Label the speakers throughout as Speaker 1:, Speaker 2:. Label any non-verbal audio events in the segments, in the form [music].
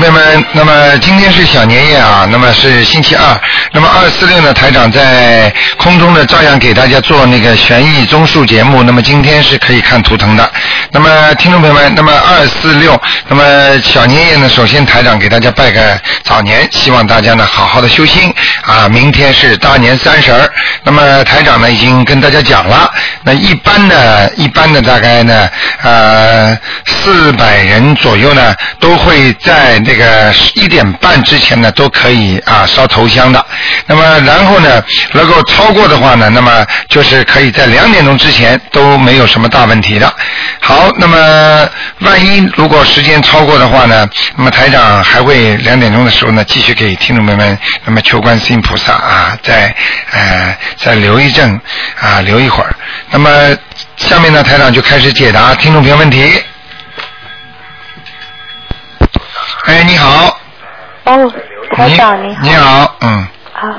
Speaker 1: 那么今天是小年夜啊，那么是星期二，那么二四六呢，台长在空中呢照样给大家做那个悬疑综述节目。那么今天是可以看图腾的。那么听众朋友们，那么二四六，那么小年夜呢，首先台长给大家拜个早年，希望大家呢好好的修心啊。明天是大年三十儿，那么台长呢已经跟大家讲了，那一般的、一般的大概呢，呃，四百人左右呢都会在那个一点半之前呢都可以啊烧头香的。那么然后呢，如果超过的话呢，那么就是可以在两点钟之前都没有什么大问题的。好，那么万一如果时间超过的话呢，那么台长还会两点钟的时候呢，继续给听众朋友们，那么求观世音菩萨啊，再呃再留一阵啊，留一会儿。那么下面呢，台长就开始解答听众朋友问题。哎，你好，
Speaker 2: 哦，台长你
Speaker 1: 你
Speaker 2: 好。
Speaker 1: 你好，嗯，
Speaker 2: 啊，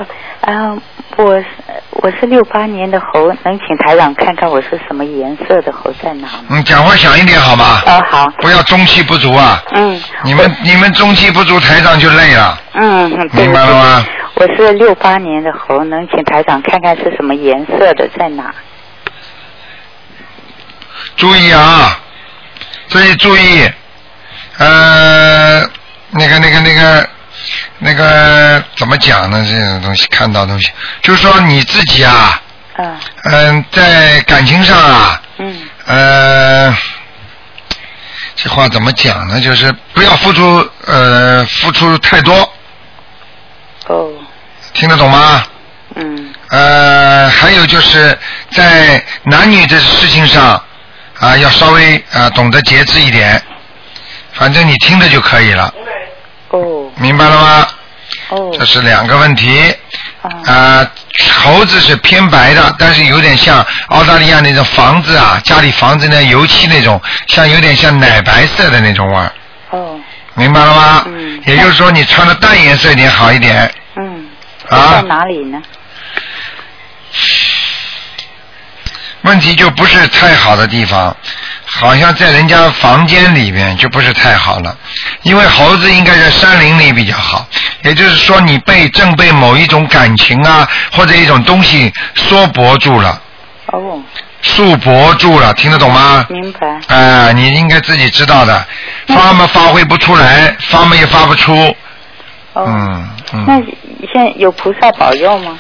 Speaker 2: 嗯，我是我是六八年的猴，能请台长看看我是什么颜色的猴在哪吗？
Speaker 1: 你讲话响一点好吗？
Speaker 2: 哦，好，
Speaker 1: 不要中气不足啊！
Speaker 2: 嗯
Speaker 1: 你们你们中气不足，台长就累了，
Speaker 2: 嗯，对
Speaker 1: 明白了吗？
Speaker 2: 我是六八年的猴，能请台长看看是什么颜色的在哪？
Speaker 1: 注意啊，自己注意，呃，那个那个那个那个怎么讲呢？这种东西看到东西，就是说你自己啊，
Speaker 2: 嗯
Speaker 1: 嗯、在感情上啊，
Speaker 2: 嗯
Speaker 1: 呃，这话怎么讲呢？就是不要付出呃付出太多，
Speaker 2: 哦
Speaker 1: 听得懂吗？
Speaker 2: 嗯
Speaker 1: 呃，还有就是在男女的事情上啊、要稍微啊、懂得节制一点。反正你听着就可以了，
Speaker 2: 哦
Speaker 1: 明白了吗？
Speaker 2: 哦
Speaker 1: 这是两个问题。
Speaker 2: 啊
Speaker 1: 啊、猴子是偏白的，但是有点像澳大利亚那种房子啊，家里房子呢油漆那种，像有点像奶白色的那种味儿，
Speaker 2: 哦
Speaker 1: 明白了吗？
Speaker 2: 嗯
Speaker 1: 也就是说，你穿的淡颜色一点好一点
Speaker 2: 嗯在
Speaker 1: 啊。
Speaker 2: 哪里呢？
Speaker 1: 问题就不是太好的地方，好像在人家房间里面就不是太好了，因为猴子应该在山林里比较好。也就是说，你被正被某一种感情啊，或者一种东西缩脖住了、
Speaker 2: 哦，
Speaker 1: 束缚住了，听得懂吗？
Speaker 2: 明白
Speaker 1: 啊、你应该自己知道的，发嘛发挥不出来，发嘛也发不出，
Speaker 2: 哦。
Speaker 1: 嗯
Speaker 2: 那
Speaker 1: 嗯，
Speaker 2: 现在有菩萨保佑吗？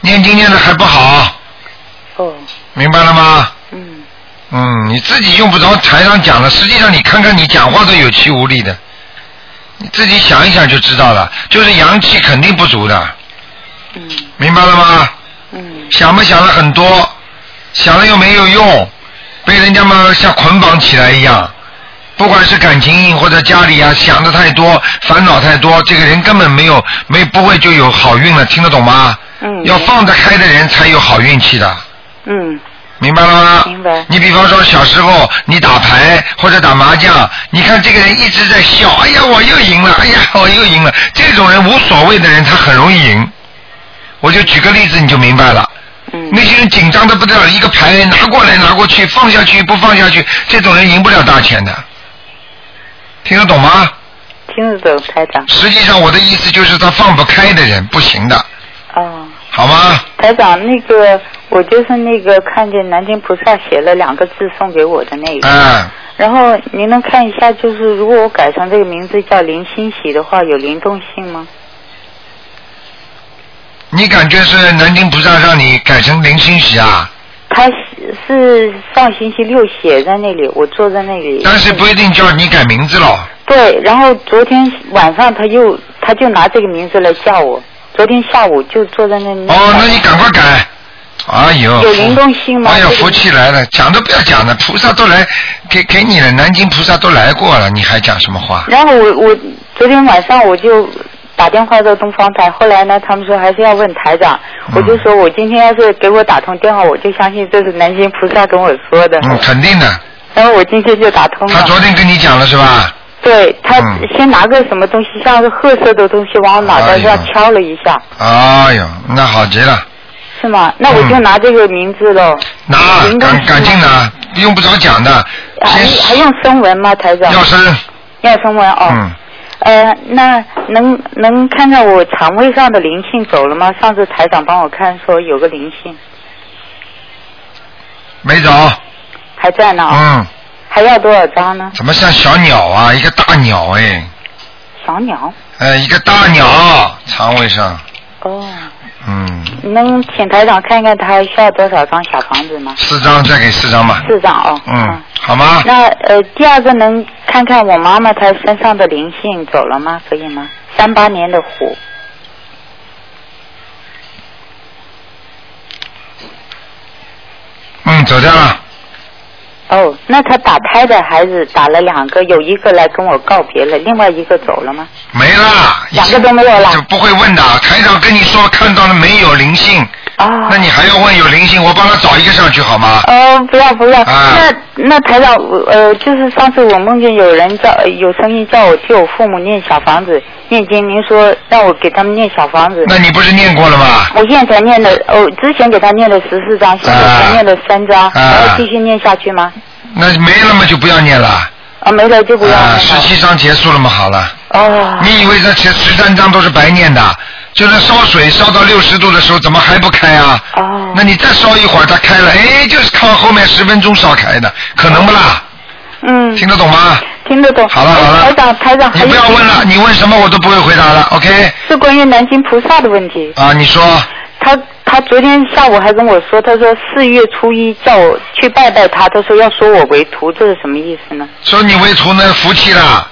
Speaker 1: 念经念的还不好，
Speaker 2: 哦，
Speaker 1: 明白了吗？
Speaker 2: 嗯，
Speaker 1: 嗯，你自己用不着台上讲了，实际上你看看你讲话都有气无力的，你自己想一想就知道了，就是阳气肯定不足的，
Speaker 2: 嗯，
Speaker 1: 明白了吗？
Speaker 2: 嗯，
Speaker 1: 想不想了很多，想了又没有用，被人家嘛像捆绑起来一样，不管是感情或者家里啊，想的太多，烦恼太多，这个人根本没有没不会就有好运了，听得懂吗？
Speaker 2: 嗯，
Speaker 1: 要放得开的人才有好运气的。
Speaker 2: 嗯，
Speaker 1: 明白了吗？
Speaker 2: 明白
Speaker 1: 你比方说小时候你打牌或者打麻将，你看这个人一直在笑，哎呀我又赢了，哎呀我又赢了，这种人无所谓的人他很容易赢。我就举个例子你就明白了，
Speaker 2: 嗯，
Speaker 1: 那些人紧张的不得了，一个牌拿过来拿过去，放下去不放下去，这种人赢不了大钱的。听得懂吗？
Speaker 2: 听得懂台长。
Speaker 1: 实际上我的意思就是他放不开的人不行的，
Speaker 2: 哦，
Speaker 1: 好吗？
Speaker 2: 台长，那个我就是那个看见南京菩萨写了两个字送给我的那个，
Speaker 1: 嗯，
Speaker 2: 然后您能看一下，就是如果我改成这个名字叫林欣喜的话，有灵动性吗？
Speaker 1: 你感觉是南京菩萨让你改成林欣喜啊？
Speaker 2: 他是是上星期六写在那里，我坐在那里。
Speaker 1: 但是不一定叫你改名字了。
Speaker 2: 对，然后昨天晚上他又他就拿这个名字来叫我，昨天下午就坐在那里。
Speaker 1: 哦，那你赶快改。哎呦，
Speaker 2: 嗯有灵动性吗
Speaker 1: 哎呦，
Speaker 2: 这个
Speaker 1: 福气来了，讲都不要讲了，菩萨都来给给你了，南京菩萨都来过了，你还讲什么话？
Speaker 2: 然后我我昨天晚上我就打电话到东方台，后来呢，他们说还是要问台长，
Speaker 1: 嗯
Speaker 2: 我就说我今天要是给我打通电话，我就相信这是南京菩萨跟我说的。
Speaker 1: 嗯，肯定的，
Speaker 2: 然后我今天就打通
Speaker 1: 他
Speaker 2: 了。
Speaker 1: 昨天跟你讲了是吧？
Speaker 2: 对他
Speaker 1: 嗯
Speaker 2: 先拿个什么东西，像个褐色的东西往我脑袋上
Speaker 1: 哎呀
Speaker 2: 敲了一下，
Speaker 1: 哎呦，那好极了，
Speaker 2: 是吗？那我就
Speaker 1: 嗯
Speaker 2: 拿这个名字喽。
Speaker 1: 拿
Speaker 2: 灵动
Speaker 1: 赶赶
Speaker 2: 性
Speaker 1: 紧
Speaker 2: 吗
Speaker 1: 拿，用不着讲的。
Speaker 2: 还
Speaker 1: 先
Speaker 2: 还用声纹吗，台长？
Speaker 1: 要生，
Speaker 2: 要声纹哦。
Speaker 1: 嗯，
Speaker 2: 呃，那能能看看我肠胃上的灵性走了吗？上次台长帮我看说有个灵性
Speaker 1: 没走，
Speaker 2: 哦还在呢、
Speaker 1: 嗯，
Speaker 2: 还要多少张呢？
Speaker 1: 怎么像小鸟啊，一个大鸟哎，
Speaker 2: 小鸟
Speaker 1: 呃，一个大
Speaker 2: 嗯
Speaker 1: 鸟，肠胃上，
Speaker 2: 哦，
Speaker 1: 嗯，
Speaker 2: 能请台长看看他还需要多少张小房子吗？
Speaker 1: 四张再给四张吧，
Speaker 2: 四张哦。
Speaker 1: 嗯，好吗？
Speaker 2: 那呃，第二个能看看我妈妈她身上的灵性走了吗？可以吗？三八年的虎，
Speaker 1: 嗯，走掉了，
Speaker 2: 哦，那她打胎的孩子打了两个，有一个来跟我告别了，另外一个走了吗？
Speaker 1: 没啦，
Speaker 2: 两个都没有
Speaker 1: 就
Speaker 2: 了。
Speaker 1: 不会问的。台长跟你说看到了没有灵性，
Speaker 2: 啊。
Speaker 1: 那你还要问有灵性，我帮他找一个上去好吗？
Speaker 2: 哦，不要不要，
Speaker 1: 啊
Speaker 2: 那那台长，我呃，就是上次我梦见有人叫，呃有声音叫我替我父母念小房子念经，您说让我给他们念小房子，
Speaker 1: 那你不是念过了吗？
Speaker 2: 我现在才念的，哦，之前给他念了十四章，现在才念了三章，
Speaker 1: 啊
Speaker 2: 还要继续念下去吗？
Speaker 1: 那没了嘛就不要念了，
Speaker 2: 啊，没了就嗯不要念
Speaker 1: 啊，
Speaker 2: 了。
Speaker 1: 十七章结束了嘛，好了。
Speaker 2: 哦，
Speaker 1: 你以为这前十三章都是白念的？就是烧水烧到六十度的时候，怎么还不开啊？
Speaker 2: 哦
Speaker 1: 那，你再烧一会儿，它开了，哎，就是靠后面十分钟烧开的，可能不啦？
Speaker 2: 嗯，
Speaker 1: 听得懂吗？
Speaker 2: 听得懂。
Speaker 1: 好了好了
Speaker 2: 哎台长台长，
Speaker 1: 你
Speaker 2: 还有
Speaker 1: 不要问了，你问什么我都不会回答了，OK？
Speaker 2: 是关于南京菩萨的问题。
Speaker 1: 啊，你说，
Speaker 2: 他他昨天下午还跟我说，他说四月初一叫我去拜拜他，他说要收我为徒，这是什么意思呢？
Speaker 1: 说你为图呢福气啦，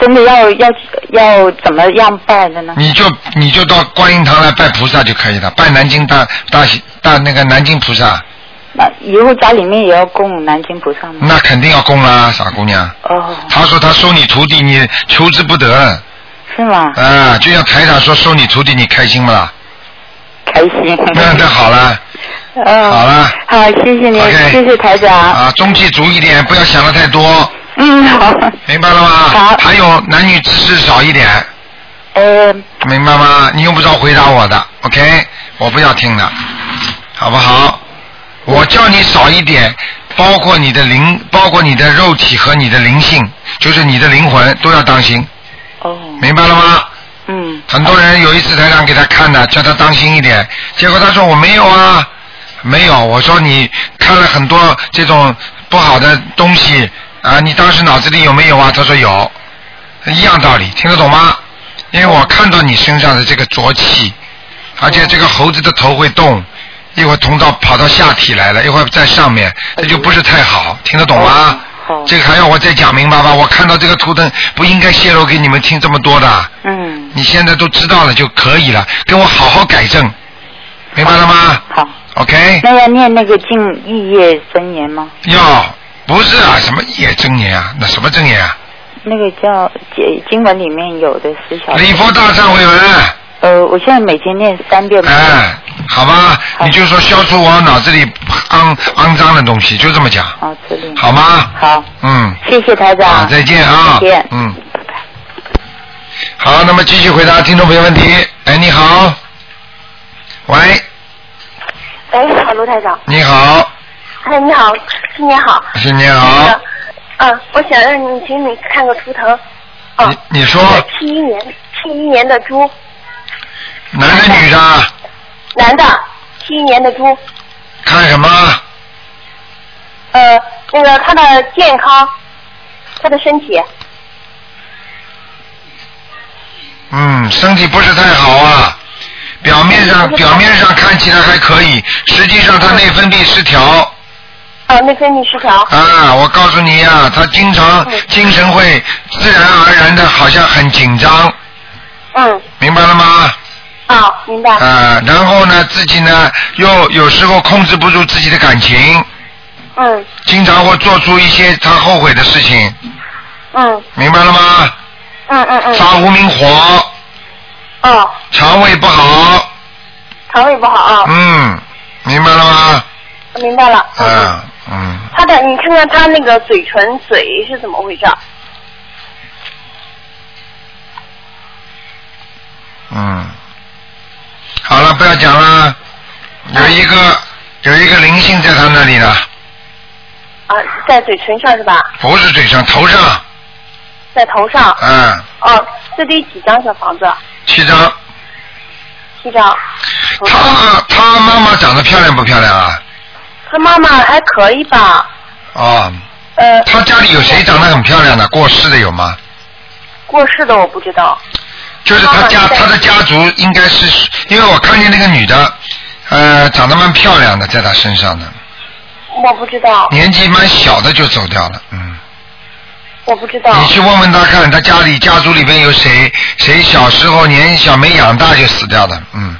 Speaker 2: 真的要要要怎么样拜的呢？
Speaker 1: 你就你就到观音堂来拜菩萨就可以了，拜南京大大大那个南京菩萨，
Speaker 2: 那以后家里面也要供南京菩萨吗？
Speaker 1: 那肯定要供啦，傻姑娘。
Speaker 2: 哦，
Speaker 1: 他说他收你徒弟，你求之不得。
Speaker 2: 是吗？
Speaker 1: 啊，就像台长说收你徒弟，你开心不啦？
Speaker 2: 开心。
Speaker 1: 嗯那那好了，
Speaker 2: [laughs] 嗯，
Speaker 1: 好了
Speaker 2: 好，谢谢您
Speaker 1: OK
Speaker 2: 嗯谢谢台长。
Speaker 1: 啊，中气足一点，不要想的太多，
Speaker 2: 嗯，好。
Speaker 1: 明白了吗？
Speaker 2: 好
Speaker 1: 还有男女之事少一点，
Speaker 2: 呃，
Speaker 1: 明白吗？你用不着回答我的，OK？我不要听的，好不好？我叫你少一点，包括你的灵，包括你的肉体和你的灵性，就是你的灵魂都要当心，
Speaker 2: 哦，
Speaker 1: 明白了吗？
Speaker 2: 嗯，
Speaker 1: 很多人有一次台长给他看的，叫他当心一点，结果他说我没有啊，没有。我说你看了很多这种不好的东西啊，你当时脑子里有没有啊？他说有，一样道理，听得懂吗？因为我看到你身上的这个浊气，而且这个猴子的头会动，一会儿通到跑到下体来了，一会儿在上面，这就不是太好，听得懂吗？
Speaker 2: 哦好
Speaker 1: 这个还要我再讲明白吗？我看到这个图腾不应该泄露给你们听这么多的。
Speaker 2: 嗯，
Speaker 1: 你现在都知道了就可以了，跟我好好改正，明白了吗
Speaker 2: 好。
Speaker 1: ？OK，
Speaker 2: 那要念那个净意业真言吗？
Speaker 1: 要不是啊，什么也真言啊，那什么真言啊？
Speaker 2: 那个叫经经文里面有的十小
Speaker 1: 礼佛大忏悔文，啊
Speaker 2: 呃，我现在每天念三遍吧。
Speaker 1: 哎，好吧，
Speaker 2: 好
Speaker 1: 你就说消除我脑子里肮肮脏的东西，就这么讲，
Speaker 2: 哦，这里。
Speaker 1: 好吗？
Speaker 2: 好，
Speaker 1: 嗯，
Speaker 2: 谢谢台长。
Speaker 1: 好，再见啊，
Speaker 2: 再见。
Speaker 1: 嗯，
Speaker 2: 拜拜。
Speaker 1: 好，那么继续回答听众朋友问题。哎，你好，喂，
Speaker 3: 哎，好，卢台长。
Speaker 1: 你好，
Speaker 3: 哎，你好，新年好。
Speaker 1: 新年
Speaker 3: 那
Speaker 1: 好
Speaker 3: 个，嗯，我想让你请你看个图腾。哦，
Speaker 1: 你你说
Speaker 2: 哎
Speaker 3: 七一年，七一年的猪，
Speaker 1: 男的女的啊，
Speaker 3: 男的，七一年的猪，
Speaker 1: 看什么？
Speaker 3: 呃，那个他的健康，他的身体，
Speaker 1: 嗯，身体不是太好啊，表面
Speaker 3: 嗯
Speaker 1: 上表面上看起来还可以，实际上他内分泌失调
Speaker 3: 呃，内分泌失调。
Speaker 1: 啊！我告诉你呀、他经常
Speaker 3: 嗯
Speaker 1: 精神会自然而然的，好像很紧张，
Speaker 3: 嗯，
Speaker 1: 明白了吗？
Speaker 3: 啊，明白。
Speaker 1: 啊，然后呢，自己呢又有时候控制不住自己的感情，
Speaker 3: 嗯
Speaker 1: 经常会做出一些他后悔的事情，
Speaker 3: 嗯
Speaker 1: 明白了吗？
Speaker 3: 嗯嗯嗯。
Speaker 1: 发无名火，
Speaker 3: 哦，
Speaker 1: 肠胃不好，
Speaker 3: 肠胃不好啊，
Speaker 1: 嗯，明白了吗？
Speaker 3: 明白了。嗯。
Speaker 1: 啊，嗯。
Speaker 3: 他的，你看看他那个嘴唇嘴是怎么回事？啊
Speaker 1: 嗯，好了，不要讲了。有一个有一个灵性在他那里了，
Speaker 3: 啊，在嘴唇上是吧？
Speaker 1: 不是嘴上，头上，
Speaker 3: 在头上。
Speaker 1: 嗯，
Speaker 3: 哦，这得几张小房子？啊
Speaker 1: 七张。
Speaker 3: 七张。头上
Speaker 1: 她她妈妈长得漂亮不漂亮啊？
Speaker 3: 他妈妈还可以吧？
Speaker 1: 哦，
Speaker 3: 呃，
Speaker 1: 她家里有谁长得很漂亮的？过世的有吗？
Speaker 3: 过世的我不知道。
Speaker 1: 就是她家
Speaker 3: 妈妈在
Speaker 1: 她的家族应该是，因为我看见那个女的，呃，长得蛮漂亮的，在她身上的，
Speaker 3: 我不知道，
Speaker 1: 年纪蛮小的就走掉了，嗯。
Speaker 3: 我不知道。
Speaker 1: 你去问问她看，她家里家族里边有谁谁小时候年小没养大就死掉的，嗯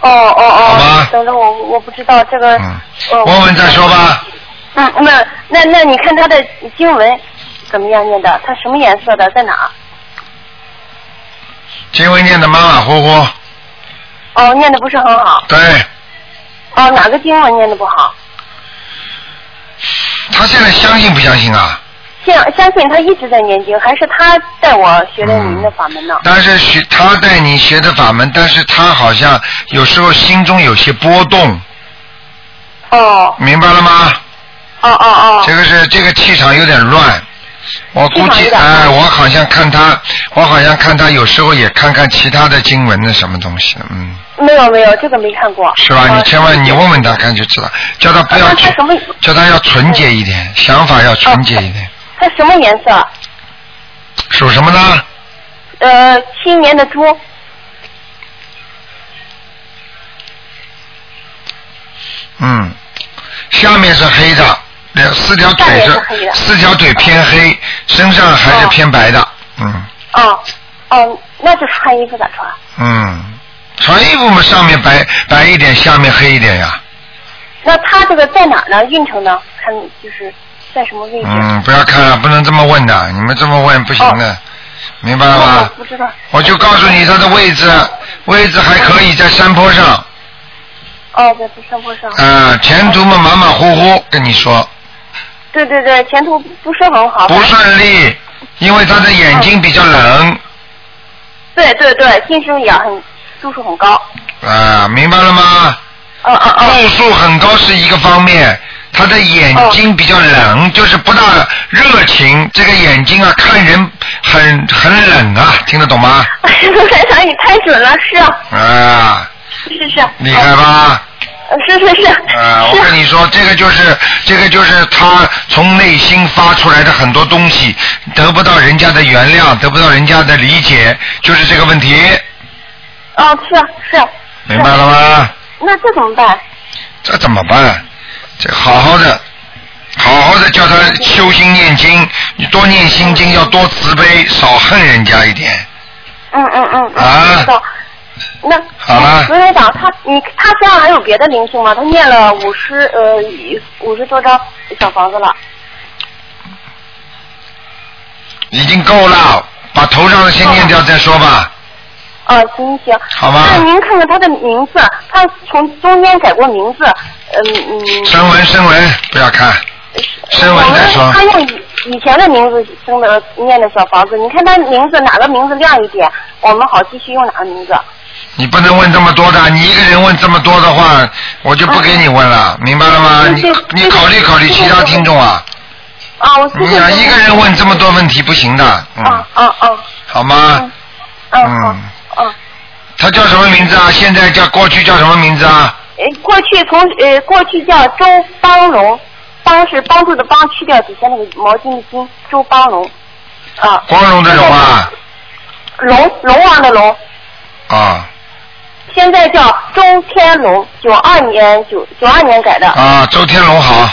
Speaker 3: 哦哦
Speaker 1: 好吧
Speaker 3: 哦，等等我，我不知道这个。
Speaker 1: 嗯，
Speaker 3: 哦
Speaker 1: 问问再说吧。
Speaker 3: 嗯，那那那你看他的经文怎么样念的？他什么颜色的？在哪儿？
Speaker 1: 经文念的马马虎虎，
Speaker 3: 哦，念的不是很好。
Speaker 1: 对
Speaker 3: 哦，哪个经文念的不好？
Speaker 1: 她现在相信不相信啊？
Speaker 3: 相相信他一直在念经，还是他带我学的您的法门呢？
Speaker 1: 但是学他带你学的法门，但是他好像有时候心中有些波动，
Speaker 3: 哦
Speaker 1: 明白了吗？
Speaker 3: 哦哦哦
Speaker 1: 嗯这个是这个气场有点乱，我估计
Speaker 3: 气场有点
Speaker 1: 哎，
Speaker 3: 乱
Speaker 1: 我好像看他，我好像看他有时候也看看其他的经文的什么东西，嗯，，
Speaker 3: 没有没有，这个没看过。
Speaker 1: 是吧？
Speaker 3: 哦啊
Speaker 1: 你千万你问问他看就知道，叫他不要
Speaker 3: 那他
Speaker 1: 去
Speaker 3: 什么，
Speaker 1: 叫他要纯洁一点，想法要纯洁一点。
Speaker 3: 他什么颜色？
Speaker 1: 属什么呢？
Speaker 3: 呃，七年的猪。
Speaker 1: 嗯，下面是黑的，两四条腿
Speaker 3: 下面是黑的
Speaker 1: 四条腿偏黑，身上还是
Speaker 3: 哦
Speaker 1: 偏白的。嗯
Speaker 3: 哦哦，那这穿衣服咋穿？
Speaker 1: 嗯，穿衣服嘛，上面白白一点，下面黑一点呀。
Speaker 3: 那他这个在哪儿呢？运程呢？看就是在什么位置？
Speaker 1: 嗯，不要看了，不能这么问的，你们这么问不行的，明白了
Speaker 3: 哦
Speaker 1: 吗？
Speaker 3: 我不知道。
Speaker 1: 我就告诉你它的位置，位置还可以在山坡上，啊、
Speaker 3: 哦，在山坡上。
Speaker 1: 前途嘛马马虎虎，跟你说
Speaker 3: 对对对，前途不是很好。
Speaker 1: 不顺利，因为他的眼睛比较冷，
Speaker 3: 对对对，近视眼很度数很高。
Speaker 1: 啊、明白了吗？
Speaker 3: 哦哦哦 [laughs]
Speaker 1: 度数很高是一个方面，他的眼睛比较
Speaker 3: 哦
Speaker 1: 冷，就是不大热情。这个眼睛啊，看人很很冷啊，听得懂吗？。
Speaker 3: 台哎长，你太准了，是啊，
Speaker 1: 啊，
Speaker 3: 是是。
Speaker 1: 厉害吧？
Speaker 3: 呃？是是是。
Speaker 1: 啊，我跟
Speaker 3: 是。
Speaker 1: 你说，这个就是这个就是他从内心发出来的很多东西，得不到人家的原谅，得不到人家的理解，就是这个问题，
Speaker 3: 哦，是啊是啊。
Speaker 1: 明白了吗？
Speaker 3: 那这怎么办？
Speaker 1: 这怎么办？这好好的，好好的叫他修心念经，你多念心经，要多慈悲，少恨人家一点。
Speaker 3: 嗯嗯嗯。嗯
Speaker 1: 啊
Speaker 3: 知道。那哎
Speaker 1: 好了
Speaker 3: 卢台长，他你他身上还有别的灵性吗？他念了五十呃五十多张小房子了。
Speaker 1: 已经够了，把头上的先念掉再说吧。
Speaker 3: 啊，行行，
Speaker 1: 好吧
Speaker 3: 那您看看他的名字，他从中间改过名字，嗯嗯。
Speaker 1: 声纹声纹，不要看，声
Speaker 3: 我
Speaker 1: 纹
Speaker 3: 们
Speaker 1: 再说。
Speaker 3: 他用以以前的名字生的念的小房子，你看他名字哪个名字亮一点，我们好继续用哪个名字。
Speaker 1: 你不能问这么多的，你一个人问这么多的话，我就不给你问了，明白了吗？你
Speaker 3: 对
Speaker 1: 你考虑考虑其他听众啊，
Speaker 3: 啊，我继
Speaker 1: 你
Speaker 3: 续。
Speaker 1: 想哎一个人问这么多问题不行的，嗯
Speaker 3: 啊。，啊啊
Speaker 1: 好吗？
Speaker 3: 嗯啊啊啊！
Speaker 1: 他叫什么名字啊？现在叫过去叫什么名字啊？
Speaker 3: 呃，过去从呃过去叫周邦荣，帮是帮助的帮，去掉底下那个毛巾的巾，周邦荣。啊，
Speaker 1: 光荣的荣啊
Speaker 3: 龙龙王的龙。
Speaker 1: 啊
Speaker 3: 现在叫周天龙，九二年九九二年改的。
Speaker 1: 啊！周天龙好，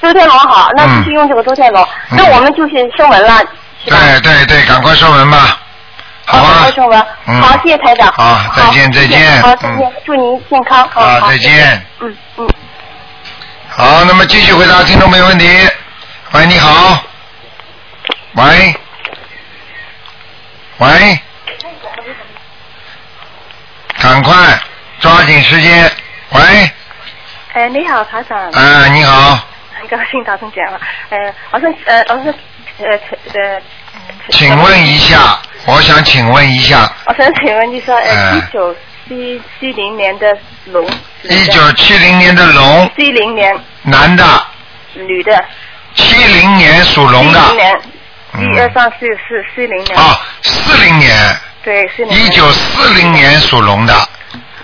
Speaker 3: 周天龙好，那
Speaker 1: 嗯
Speaker 3: 继续用这个周天龙。
Speaker 1: 嗯
Speaker 3: 那我们就是声纹了，是吧？
Speaker 1: 对对对，赶快收文吧，好
Speaker 3: 好
Speaker 1: 吧
Speaker 3: 的，声纹。
Speaker 1: 嗯
Speaker 3: 好，谢谢台长。
Speaker 1: 好再见
Speaker 3: 谢谢
Speaker 1: 再见嗯
Speaker 3: 好，再见，祝您健康。好
Speaker 1: 啊，
Speaker 3: 好
Speaker 1: 再。见。
Speaker 3: 嗯嗯。
Speaker 1: 好，那么继续回答听众朋友问题。喂，你好。喂，喂，赶快抓紧时间。喂，
Speaker 4: 哎，你好，台长，
Speaker 1: 啊，你好，
Speaker 4: 很高兴打通电话。呃，我是呃，我是呃呃，
Speaker 1: 请问一下，我想请问一下，
Speaker 4: 我想请问一下，呃，
Speaker 1: 哎
Speaker 4: 一九七七零年的龙，
Speaker 1: 一九七零年的龙，
Speaker 4: 七零年
Speaker 1: 男的，
Speaker 4: 女的，
Speaker 1: 七零年属龙的
Speaker 4: 七零年，
Speaker 1: 嗯
Speaker 4: 一二三四四四零年，
Speaker 1: 啊，四零年，
Speaker 4: 对，四零年。
Speaker 1: 一九四零年属龙的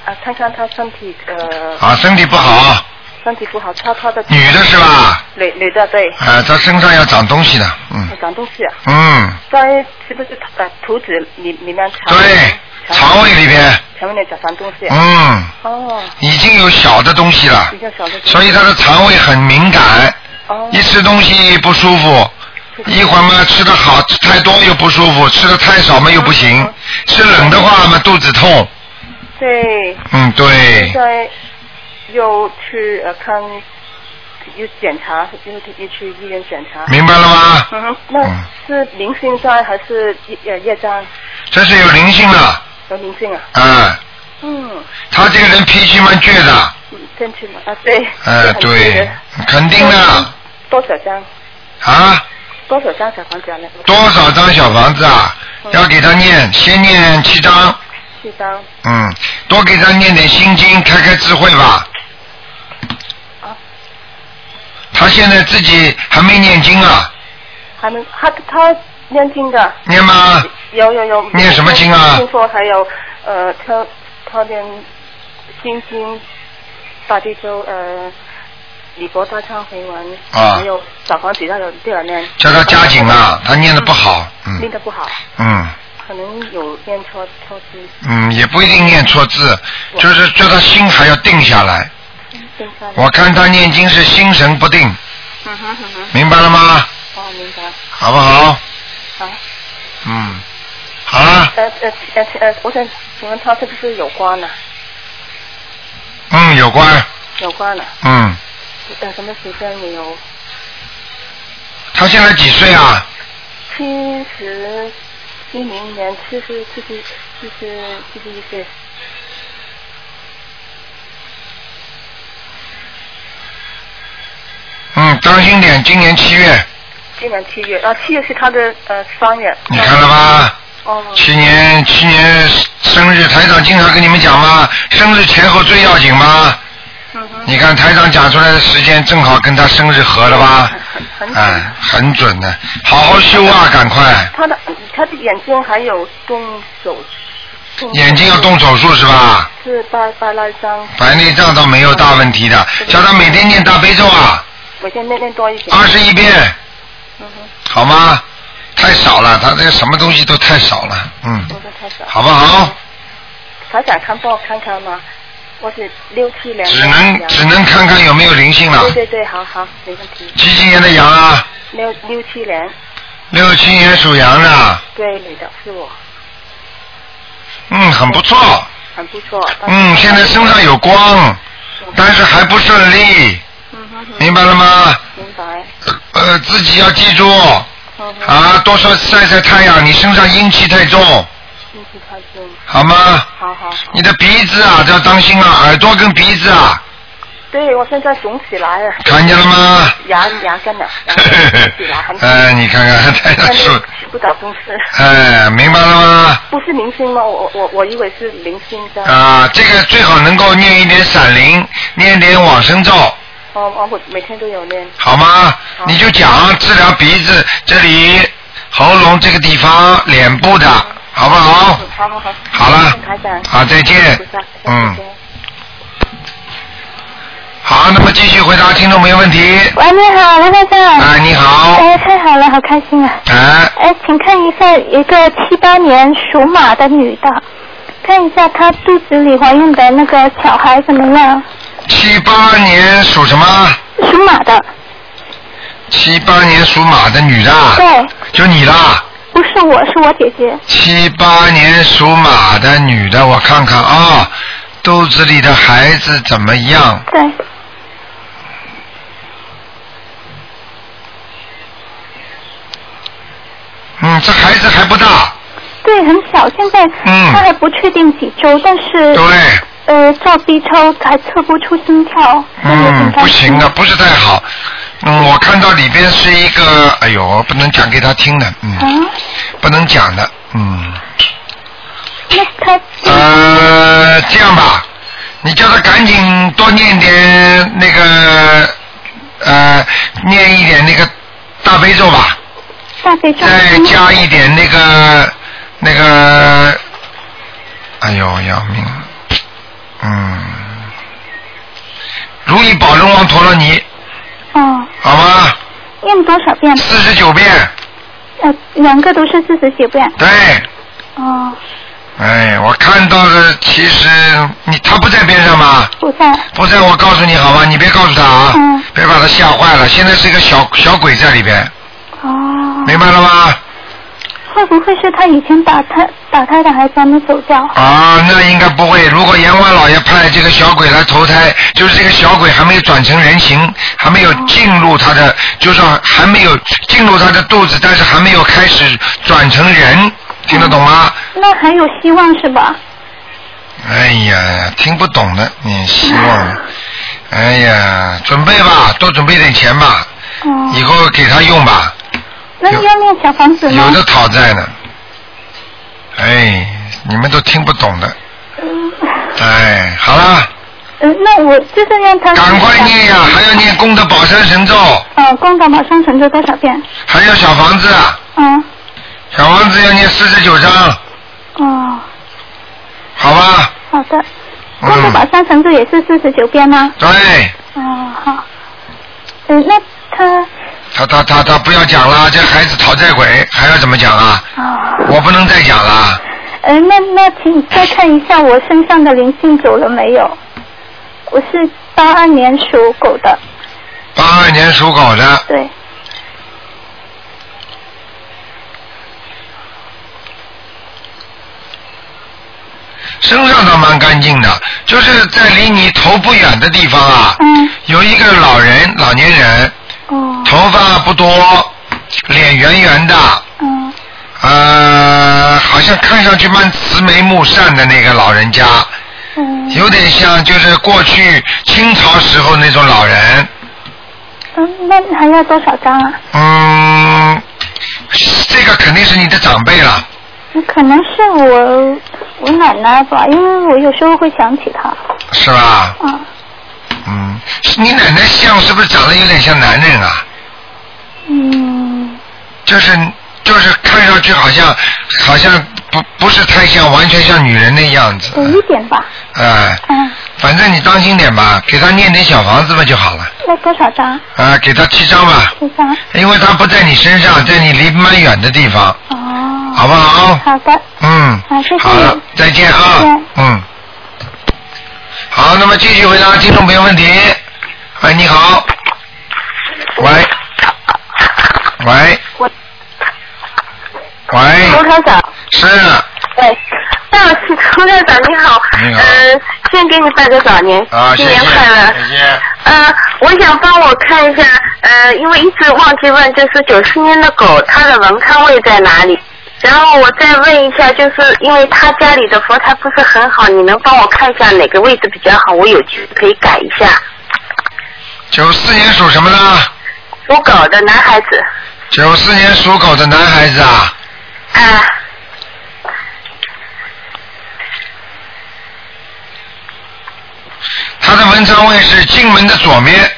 Speaker 4: 啊，看看他身体呃，
Speaker 1: 啊，身体不好，
Speaker 4: 身体不好，超超的。
Speaker 1: 女的是吧？
Speaker 4: 女女的对，
Speaker 1: 啊，她身上要长东西的，嗯
Speaker 4: 长东西啊，
Speaker 1: 嗯，
Speaker 4: 在是不是呃图纸里里面藏？
Speaker 1: 对，肠胃里边，
Speaker 4: 肠胃里长长东西。
Speaker 1: 嗯，
Speaker 4: 哦，
Speaker 1: 已经有小的东西了
Speaker 4: 比，较小的。
Speaker 1: 所以她的肠胃很敏感，
Speaker 4: 哦
Speaker 1: 一吃东西不舒服，一会儿嘛吃的好吃太多又不舒服，吃的太少嘛又不行，吃冷的话嘛肚子痛，
Speaker 4: 对，
Speaker 1: 嗯对
Speaker 4: 现，在又去呃看，又检查，又又去医院检查。
Speaker 1: 明白了吗？
Speaker 4: 嗯哼，那是灵性在还是业呃业障？
Speaker 1: 这是有灵性的，
Speaker 4: 有灵性啊。
Speaker 1: 嗯，
Speaker 4: 嗯，
Speaker 1: 他这个人脾气蛮倔的，
Speaker 4: 嗯正确嘛啊对。
Speaker 1: 嗯
Speaker 4: 是很
Speaker 1: 对
Speaker 4: 的，
Speaker 1: 肯定的
Speaker 4: 多少张？
Speaker 1: 啊，
Speaker 4: 多少张小房子啊？那个
Speaker 1: 多少张小房子啊？
Speaker 4: 嗯
Speaker 1: 要给他念，先念七张，
Speaker 4: 七张
Speaker 1: 嗯，多给他念点心经，开开智慧吧
Speaker 4: 啊。
Speaker 1: 他现在自己还没念经啊，
Speaker 4: 还没他他念经的。
Speaker 1: 念吗？
Speaker 4: 有有有。
Speaker 1: 念什么经啊
Speaker 4: 听说还有呃，他他念心经、大悲咒呃。李博大忏悔文，
Speaker 1: 啊
Speaker 4: 还有小房子，他有对了念，
Speaker 1: 叫他加紧啊，他念的不好，
Speaker 4: 念
Speaker 1: 嗯
Speaker 4: 的不好，
Speaker 1: 嗯
Speaker 4: 可能有念错错字，
Speaker 1: 嗯，也不一定念错字，就是叫他心还要定下来。
Speaker 4: 现在
Speaker 1: 我看他念经是心神不定，
Speaker 4: 嗯哼嗯哼，
Speaker 1: 明白了吗？
Speaker 4: 哦，明白。
Speaker 1: 好不好？
Speaker 4: 好，
Speaker 1: 嗯，好了，
Speaker 4: 呃呃呃呃，我想请问他是不是有关呢、
Speaker 1: 嗯，有关，
Speaker 4: 有关呢、
Speaker 1: 嗯，
Speaker 4: 呃，什么时间没有？
Speaker 1: 他现在几岁啊？
Speaker 4: 七十一零年，七十七十七十七十一岁。
Speaker 1: 嗯，当心点，今年七月，
Speaker 4: 今年七月啊，七月是他的呃三月。
Speaker 1: 你看了吧？
Speaker 4: 哦，
Speaker 1: 七年七年生日，台长经常跟你们讲嘛，生日前后最要紧嘛。
Speaker 4: 嗯哼，
Speaker 1: 你看台长讲出来的时间正好跟他生日合了吧？
Speaker 4: 很很
Speaker 1: 哎，很准的，好好修啊，赶快！
Speaker 4: 他的他的眼睛还有动手动
Speaker 1: 眼睛要动手术是吧？
Speaker 4: 是白白内障，
Speaker 1: 白内障倒没有大问题的，叫他每天念大悲咒啊，
Speaker 4: 每天练练多一点。
Speaker 1: 二十一遍，
Speaker 4: 嗯哼，
Speaker 1: 好吗？太少了，他这个什么东西都太少了，嗯，
Speaker 4: 多的太少。
Speaker 1: 好不好？
Speaker 4: 台长看帮我看看吗？我是六七年的
Speaker 1: 只
Speaker 4: 羊。
Speaker 1: 能只能看看有没有灵性了
Speaker 4: 对。对对，好好，没问题。
Speaker 1: 几几年的羊啊？
Speaker 4: 六六七年，
Speaker 1: 六七年属羊的，
Speaker 4: 对，女的是我，
Speaker 1: 嗯，很不错，
Speaker 4: 很不错。
Speaker 1: 嗯，现在身上有光，但是还不顺利，
Speaker 4: 嗯哼哼，
Speaker 1: 明白了吗？
Speaker 4: 明白。
Speaker 1: 呃，自己要记住
Speaker 4: 嗯哼，
Speaker 1: 啊，多晒晒晒太阳，你身上阴气太重，
Speaker 4: 运气开心，
Speaker 1: 好吗？
Speaker 4: 好好好。
Speaker 1: 你的鼻子啊，这要当心啊，耳朵跟鼻子啊，
Speaker 4: 对，我现在肿起来了，
Speaker 1: 看见了
Speaker 4: [laughs]
Speaker 1: 吗？
Speaker 4: 牙牙根了，牙根肿起来，很
Speaker 1: [laughs] 哎，你看看，太
Speaker 4: 但
Speaker 1: 难
Speaker 4: 是
Speaker 1: 受。
Speaker 4: 吃不找东西，
Speaker 1: 哎，明白了吗？
Speaker 4: 不是明星吗？我我我我以为是明星的。
Speaker 1: 啊，这个最好能够念一点闪灵，念一点往生咒，
Speaker 4: 哦哦，我每天都有练。
Speaker 1: 好吗？
Speaker 4: 好
Speaker 1: 你就讲治疗鼻子这里、喉咙这个地方、脸部的，好不好？
Speaker 4: 嗯好好好。
Speaker 1: 好了
Speaker 4: 台长，，
Speaker 1: 好，再见
Speaker 4: 菩萨，。
Speaker 1: 嗯，好，那么继续回答听众没问题。
Speaker 5: 喂，你好，卢先生。
Speaker 6: 嗯
Speaker 1: 哎，你好，
Speaker 5: 哎，太好了，好开心啊！
Speaker 1: 哎，
Speaker 5: 哎，请看一下一个七八年属马的女的，看一下她肚子里怀孕的那个小孩怎么样？
Speaker 1: 七八年属什么？
Speaker 5: 属马的，
Speaker 1: 啊七八年属马的女的啊，
Speaker 5: 对，
Speaker 1: 就你啦。
Speaker 5: 不是我，是我姐姐。
Speaker 1: 七八年属马的女的，我看看啊、肚子里的孩子怎么样？
Speaker 5: 对，
Speaker 1: 嗯，这孩子还不大。
Speaker 5: 对，很小，现在
Speaker 1: 嗯
Speaker 5: 她还不确定几周，但是
Speaker 1: 对，
Speaker 5: 呃，照 B 超还测不出心跳，所以有
Speaker 1: 嗯
Speaker 5: 点，担
Speaker 1: 不
Speaker 5: 心
Speaker 1: 行的，不是太好。嗯，我看到里边是一个，哎呦，不能讲给他听的，
Speaker 5: 啊
Speaker 1: 嗯，，不能讲的，嗯，
Speaker 5: 那她
Speaker 1: 呃，这样吧，你叫他赶紧多念点那个，呃，念一点那个大悲咒吧，
Speaker 6: 大悲咒。
Speaker 1: 再加一点那个那个，哎呦要命，嗯，如意宝龙王陀罗尼，
Speaker 6: 哦，
Speaker 1: 好吗？
Speaker 6: 念多少遍？
Speaker 1: 四十九遍，
Speaker 6: 呃，两个都是四十九遍。
Speaker 1: 对，
Speaker 6: 哦，
Speaker 1: 哎，我看到的其实你他不在边上吗？
Speaker 6: 不在。
Speaker 1: 不在，我告诉你好吗？你别告诉他啊，
Speaker 6: 嗯
Speaker 1: 别把他吓坏了。现在是一个小小鬼在里边，
Speaker 6: 哦。
Speaker 1: 明白了吗？
Speaker 6: 会不会是他以前打他打他的孩子还没走掉？
Speaker 1: 啊，那应该不会。如果阎王老爷派这个小鬼来投胎，就是这个小鬼还没有转成人形，还没有进入他的，就是还没有进入他的肚子，但是还没有开始转成人，听得懂吗？
Speaker 6: 那还有希望是吧？
Speaker 1: 哎呀，听不懂的，你希望？哎呀，准备吧，多准备点钱吧，
Speaker 6: 哦，
Speaker 1: 以后给他用吧。
Speaker 6: 那要念小房子吗
Speaker 1: 有？的讨债呢。哎，你们都听不懂的。
Speaker 6: 嗯
Speaker 1: 哎，好了，
Speaker 6: 呃，那我就是让他
Speaker 1: 赶快念呀，还要念功德宝山神咒，
Speaker 6: 呃，功德马上成就多少遍？
Speaker 1: 还有小房子，啊
Speaker 6: 嗯，
Speaker 1: 小房子要念四十九章，
Speaker 6: 哦，
Speaker 1: 好吧？
Speaker 6: 好的。功德宝
Speaker 1: 嗯，
Speaker 6: 山成就也是四十九遍吗？
Speaker 1: 对，
Speaker 6: 哦，好。呃，那他
Speaker 1: 他他他他不要讲了，这孩子讨债鬼还要怎么讲啊？
Speaker 6: 啊、
Speaker 1: 我不能再讲了，
Speaker 6: 呃，那那请你再看一下我身上的灵性走了没有？我是八二年属狗的，
Speaker 1: 八二年属狗的，
Speaker 6: 对，
Speaker 1: 身上倒蛮干净的，就是在离你头不远的地方啊，
Speaker 6: 嗯，
Speaker 1: 有一个老人，老年人，
Speaker 6: 哦，
Speaker 1: 头发不多，脸圆圆的，
Speaker 6: 嗯，
Speaker 1: 呃，好像看上去蛮慈眉目善的那个老人家，
Speaker 6: 嗯，
Speaker 1: 有点像就是过去清朝时候那种老人，
Speaker 6: 嗯，那还要多少张啊？
Speaker 1: 嗯，这个肯定是你的长辈了，
Speaker 6: 可能是我我奶奶吧，因为我有时候会想起她，
Speaker 1: 是吧？
Speaker 6: 啊，
Speaker 1: 嗯，你奶奶像是不是长得有点像男人啊？
Speaker 6: 嗯，
Speaker 1: 就是就是看上去好像好像不不是太像，完全像女人那样子，
Speaker 6: 有一点吧，
Speaker 1: 哎、
Speaker 6: 嗯，
Speaker 1: 反正你当心点吧，给他念点小房子吧就好了，
Speaker 6: 要多少张？
Speaker 1: 啊，给他七张吧，
Speaker 6: 这张？
Speaker 1: 因为他不在你身
Speaker 6: 嗯
Speaker 1: 上，在你离蛮远的地方，
Speaker 6: 哦，
Speaker 1: 好不好？
Speaker 6: 好的，
Speaker 1: 嗯
Speaker 6: 好谢谢，
Speaker 1: 好了，再见
Speaker 6: 再
Speaker 1: 啊
Speaker 6: 见，
Speaker 1: 嗯，好，那么继续回答听众朋友问题。喂，你好，喂，喂，
Speaker 3: 罗
Speaker 1: 喂，
Speaker 3: 台长，
Speaker 1: 是，啊
Speaker 3: 哎，大气罗台长你好，
Speaker 1: 你好
Speaker 3: 呃，先给你拜个早年，
Speaker 1: 啊，谢
Speaker 3: 新
Speaker 1: 谢，
Speaker 3: 年快乐。
Speaker 1: 谢谢，
Speaker 3: 呃，我想帮我看一下，呃，因为一直忘记问，就是九七年的狗，它的文昌位在哪里？然后我再问一下，就是因为他家里的佛台不是很好，你能帮我看一下哪个位置比较好？我有机会可以改一下。
Speaker 1: 九四年属什么呢？
Speaker 3: 属狗的男孩子，
Speaker 1: 九四年属狗的男孩子啊，
Speaker 3: 啊、
Speaker 1: 他的文昌位是进门的左面，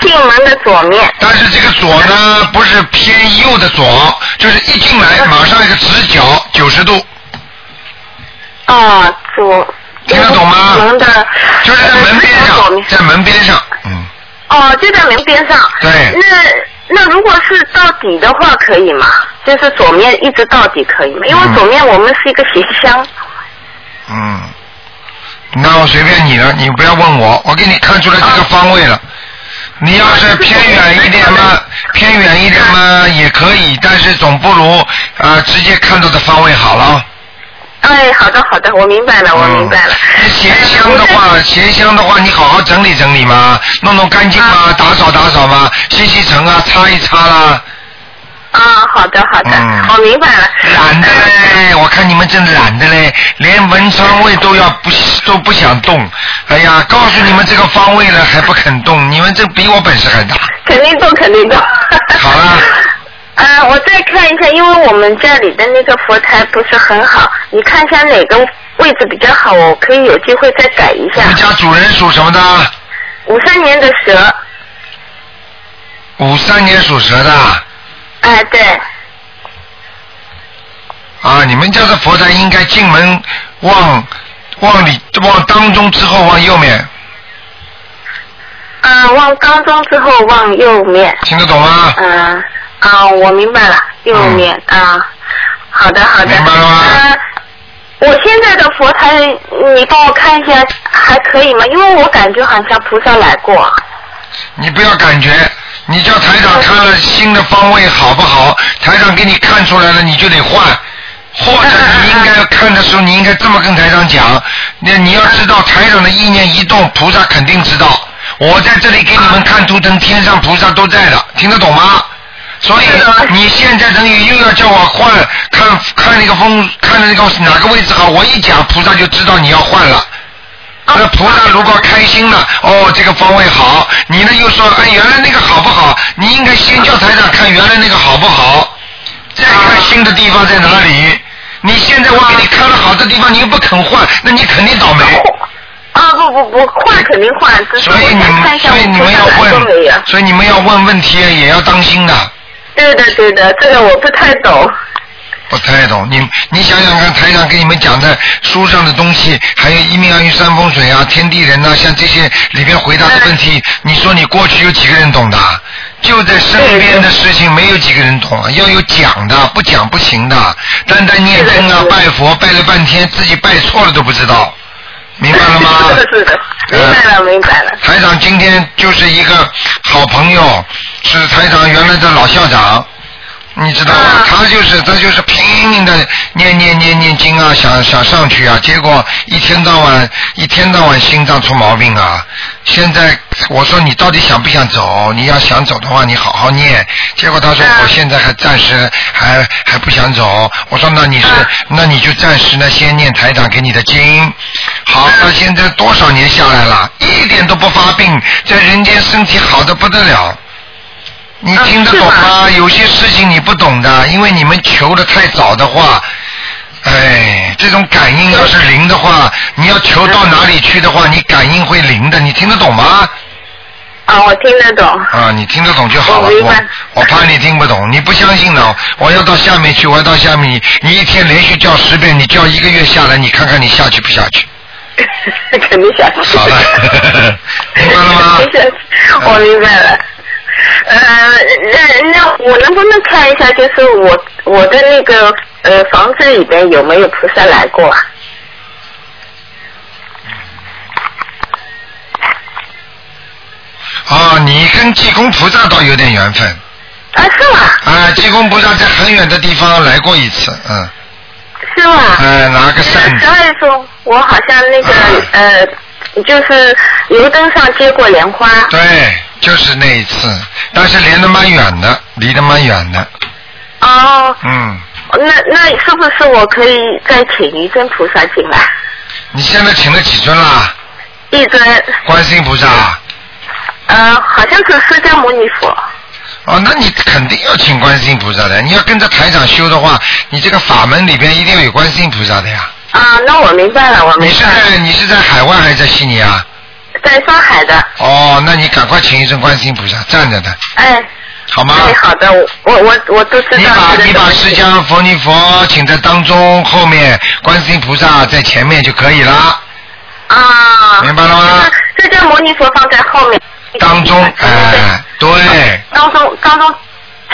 Speaker 3: 进门的左面，
Speaker 1: 但是这个左呢，不是偏右的左，就是一进来马上一个直角九十度，
Speaker 3: 哦，左。
Speaker 1: 听得懂吗
Speaker 3: 门的，
Speaker 1: 就是在门边
Speaker 3: 呃左面
Speaker 1: 上，在门边上，嗯，
Speaker 3: 哦，就在门边上。
Speaker 1: 对，
Speaker 3: 那那如果是到底的话，可以吗？就是左面一直到底可以吗？
Speaker 1: 嗯
Speaker 3: 因为左面我们是一个斜箱。
Speaker 1: 嗯，那我随便你了，你不要问我，我给你看出来这个方位了。你要是偏远一点嘛，偏远一点嘛也可以，但是总不如呃直接看到的方位好了。
Speaker 3: 哎，好的好的，我明白了，啊我明白了。
Speaker 1: 嗯那鞋箱的话，鞋箱的话，你好好整理整理嘛，弄弄干净嘛，打扫打扫嘛，吸吸尘啊，擦一擦啦。
Speaker 3: [laughs] 啊，好的好的，
Speaker 1: 嗯
Speaker 3: 我明白了。
Speaker 1: 懒的嘞，我看你们真懒的嘞，连文昌位都要不都不想动。哎呀，告诉你们这个方位了还不肯动，你们这比我本事还大。
Speaker 3: 肯定动，肯定动。
Speaker 1: [laughs] 好了。
Speaker 3: 呃，我再看一下，因为我们家里的那个佛台不是很好，你看一下哪个位置比较好，我可以有机会再改一
Speaker 1: 你
Speaker 3: 下
Speaker 1: 们。家主人属什么的？
Speaker 3: 五三年的蛇，
Speaker 1: 五三年属蛇的
Speaker 3: 哎、对，
Speaker 1: 啊，你们家的佛台应该进门往往里往当中之后往右面，
Speaker 3: 嗯、往当中之后往右面，
Speaker 1: 听得懂吗？
Speaker 3: 嗯、啊、我明白了，右面啊、好的好的，
Speaker 1: 嗯明白了吗
Speaker 3: 呃我现在的佛台，你帮我看一下还可以吗？因为我感觉好像菩萨来过。
Speaker 1: 你不要感觉，你叫台长看了新的方位好不好？台长给你看出来了，你就得换。或者你应该看的时候，你应该这么跟台长讲：那你要知道台长的意念一动，菩萨肯定知道。我在这里给你们看图腾，天上菩萨都在的，听得懂吗？所以你现在等于又要叫我换看看那个风，看那个哪个位置好，我一讲菩萨就知道你要换了。那啊菩萨如果开心了，哦，这个方位好，你呢又说，哎，原来那个好不好？你应该先叫台长看原来那个好不好，再看新的地方在哪里。你现在我给你看了好的地方，你又不肯换，那你肯定倒霉。
Speaker 3: 啊不不不，换肯定换，只是
Speaker 1: 所
Speaker 3: 我
Speaker 1: 以你
Speaker 3: 想看
Speaker 1: 们，
Speaker 3: 一下
Speaker 1: 所
Speaker 3: 我
Speaker 1: 以你
Speaker 3: 菩
Speaker 1: 们
Speaker 3: 萨
Speaker 1: 要
Speaker 3: 来过没有。
Speaker 1: 问，所以你们要问问题也要当心的。
Speaker 3: 对的对的，这个我不太懂。
Speaker 1: 不太懂，你你想想看，台长给你们讲的书上的东西，还有一命二运三风水啊、天地人呐、像这些里边回答的问题，你说你过去有几个人懂的？就在身边的事情，没有几个人懂，啊要有讲的，不讲不行的。单单念经啊
Speaker 3: 是、的？
Speaker 1: 拜佛，拜了半天，自己拜错了都不知道，明白了吗嗯
Speaker 3: [laughs] 是的是的，明白了明白了。
Speaker 1: 台长今天就是一个好朋友，是台长原来的老校长，你知道吗？
Speaker 3: 啊
Speaker 1: 他就是他就是拼命的念念念念经啊，想想上去啊，结果一天到晚一天到晚心脏出毛病啊。现在我说你到底想不想走？你要想走的话，你好好念。结果他说
Speaker 3: 啊
Speaker 1: 我现在还暂时还还不想走。我说那你是、
Speaker 3: 啊
Speaker 1: 那你就暂时呢先念台长给你的经。好，那现在多少年下来了，一点都不发病，在人间身体好的不得了。你
Speaker 3: 啊
Speaker 1: 听得
Speaker 3: 是
Speaker 1: 懂
Speaker 3: 吧
Speaker 1: 吗？有些事情你不懂的，因为你们求的太早的话，哎，这种感应要是灵的话，你要求到哪里去的话，你感应会灵的，你听得懂吗？
Speaker 3: 啊，我听得懂。
Speaker 1: 啊，你听得懂就好了。
Speaker 3: 我明
Speaker 1: 我
Speaker 3: 白
Speaker 1: 我怕你听不懂，你不相信呢，我要到下面去，我要到下面，你你一天连续叫十遍，你叫一个月下来，你看看你下去不下去？
Speaker 3: [laughs] 肯定想去。
Speaker 1: 好了
Speaker 3: [laughs]
Speaker 1: [laughs] 明白了吗
Speaker 3: 我哦明白了。呃，那那我能不能看一下，就是我我的那个呃房子里边有没有菩萨来过啊？
Speaker 1: 啊，你跟济公菩萨倒有点缘分。
Speaker 3: 啊，是吗？
Speaker 1: 啊，济公菩萨在很远的地方来过一次，
Speaker 3: 啊
Speaker 1: 嗯，
Speaker 3: 是吗？
Speaker 1: 哎，拿个扇
Speaker 3: 十
Speaker 1: 子，
Speaker 3: 二月份我好像那个呃，就是油灯上接过莲花。
Speaker 1: 对，就是那一次，但是连得蛮远的，离得蛮远的，
Speaker 3: 哦，
Speaker 1: 嗯，
Speaker 3: 那那是不是我可以再请一尊菩萨进来？
Speaker 1: 你现在请了几尊啦？
Speaker 3: 一尊，
Speaker 1: 观世音菩萨啊，
Speaker 3: 呃，好像是释迦牟尼佛。
Speaker 1: 哦，那你肯定要请观世音菩萨的，你要跟着台长修的话，你这个法门里边一定要有观世音菩萨的呀。
Speaker 3: 啊，那我明白了，我
Speaker 1: 你
Speaker 3: 明
Speaker 1: 是
Speaker 3: 白了，
Speaker 1: 在你是在海外还是在悉尼啊？
Speaker 3: 在上海的，
Speaker 1: 哦，那你赶快请一尊观世音菩萨站着的，
Speaker 3: 哎，
Speaker 1: 好吗？
Speaker 3: 哎，好的，我我我我都知道
Speaker 1: 你把
Speaker 3: 这个
Speaker 1: 你把
Speaker 3: 东
Speaker 1: 释
Speaker 3: 西
Speaker 1: 迦牟尼佛请在当中，后面观世音菩萨在前面就可以了。
Speaker 3: 啊，
Speaker 1: 明白了吗
Speaker 3: 就是释迦牟尼佛放在后面，
Speaker 1: 当中，哎、对，
Speaker 3: 当中当中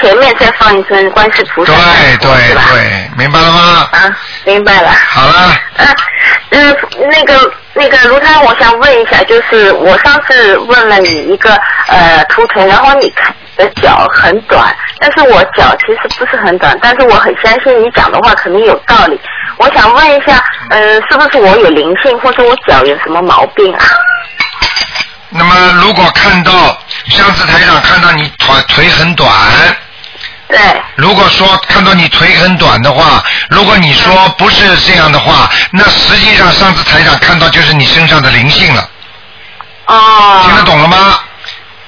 Speaker 3: 前面再放一尊观世菩萨，
Speaker 1: 哎对
Speaker 3: 是
Speaker 1: 对
Speaker 3: 吧？
Speaker 1: 对，明白了吗？
Speaker 3: 啊，明白了。
Speaker 1: 好了，
Speaker 3: 呃，嗯，那个那个卢台，我想问一下，就是我上次问了你一个呃图腾，然后你看你的脚很短，但是我脚其实不是很短，但是我很相信你讲的话肯定有道理。我想问一下，嗯、是不是我有灵性，或者我脚有什么毛病啊？
Speaker 1: 那么如果看到上次台长看到你腿腿很短，
Speaker 3: 对，
Speaker 1: 如果说看到你腿很短的话，如果你说不是这样的话，那实际上上次台长看到就是你身上的灵性了，
Speaker 3: 哦，
Speaker 1: 听得懂了吗？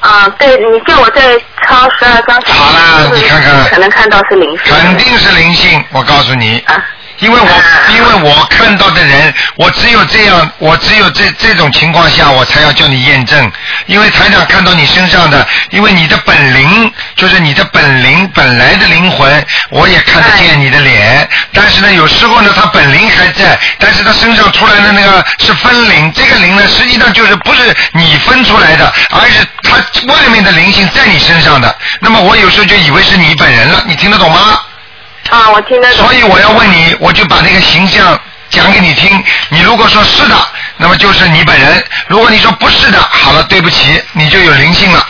Speaker 3: 啊，对，你叫我再抄十二张小
Speaker 1: 好啦
Speaker 3: 房子
Speaker 1: 你看看
Speaker 3: 可能看到是灵性，
Speaker 1: 肯定是灵性，我告诉你。
Speaker 3: 啊，
Speaker 1: 因为我因为我看到的人，我只有这样，我只有这这种情况下，我才要叫你验证，因为台长看到你身上的，因为你的本灵就是你的本灵本来的灵魂，我也看得见你的脸，但是呢，有时候呢，他本灵还在，但是他身上出来的那个是分灵，这个灵呢，实际上就是不是你分出来的，而是他外面的灵性在你身上的，那么我有时候就以为是你本人了，你听得懂吗？
Speaker 3: 啊，我听得懂
Speaker 1: 所。以我要问你，我就把那个形象讲给你听。你如果说是的，那么就是你本人；如果你说不是的，好了，对不起，你就有灵性了。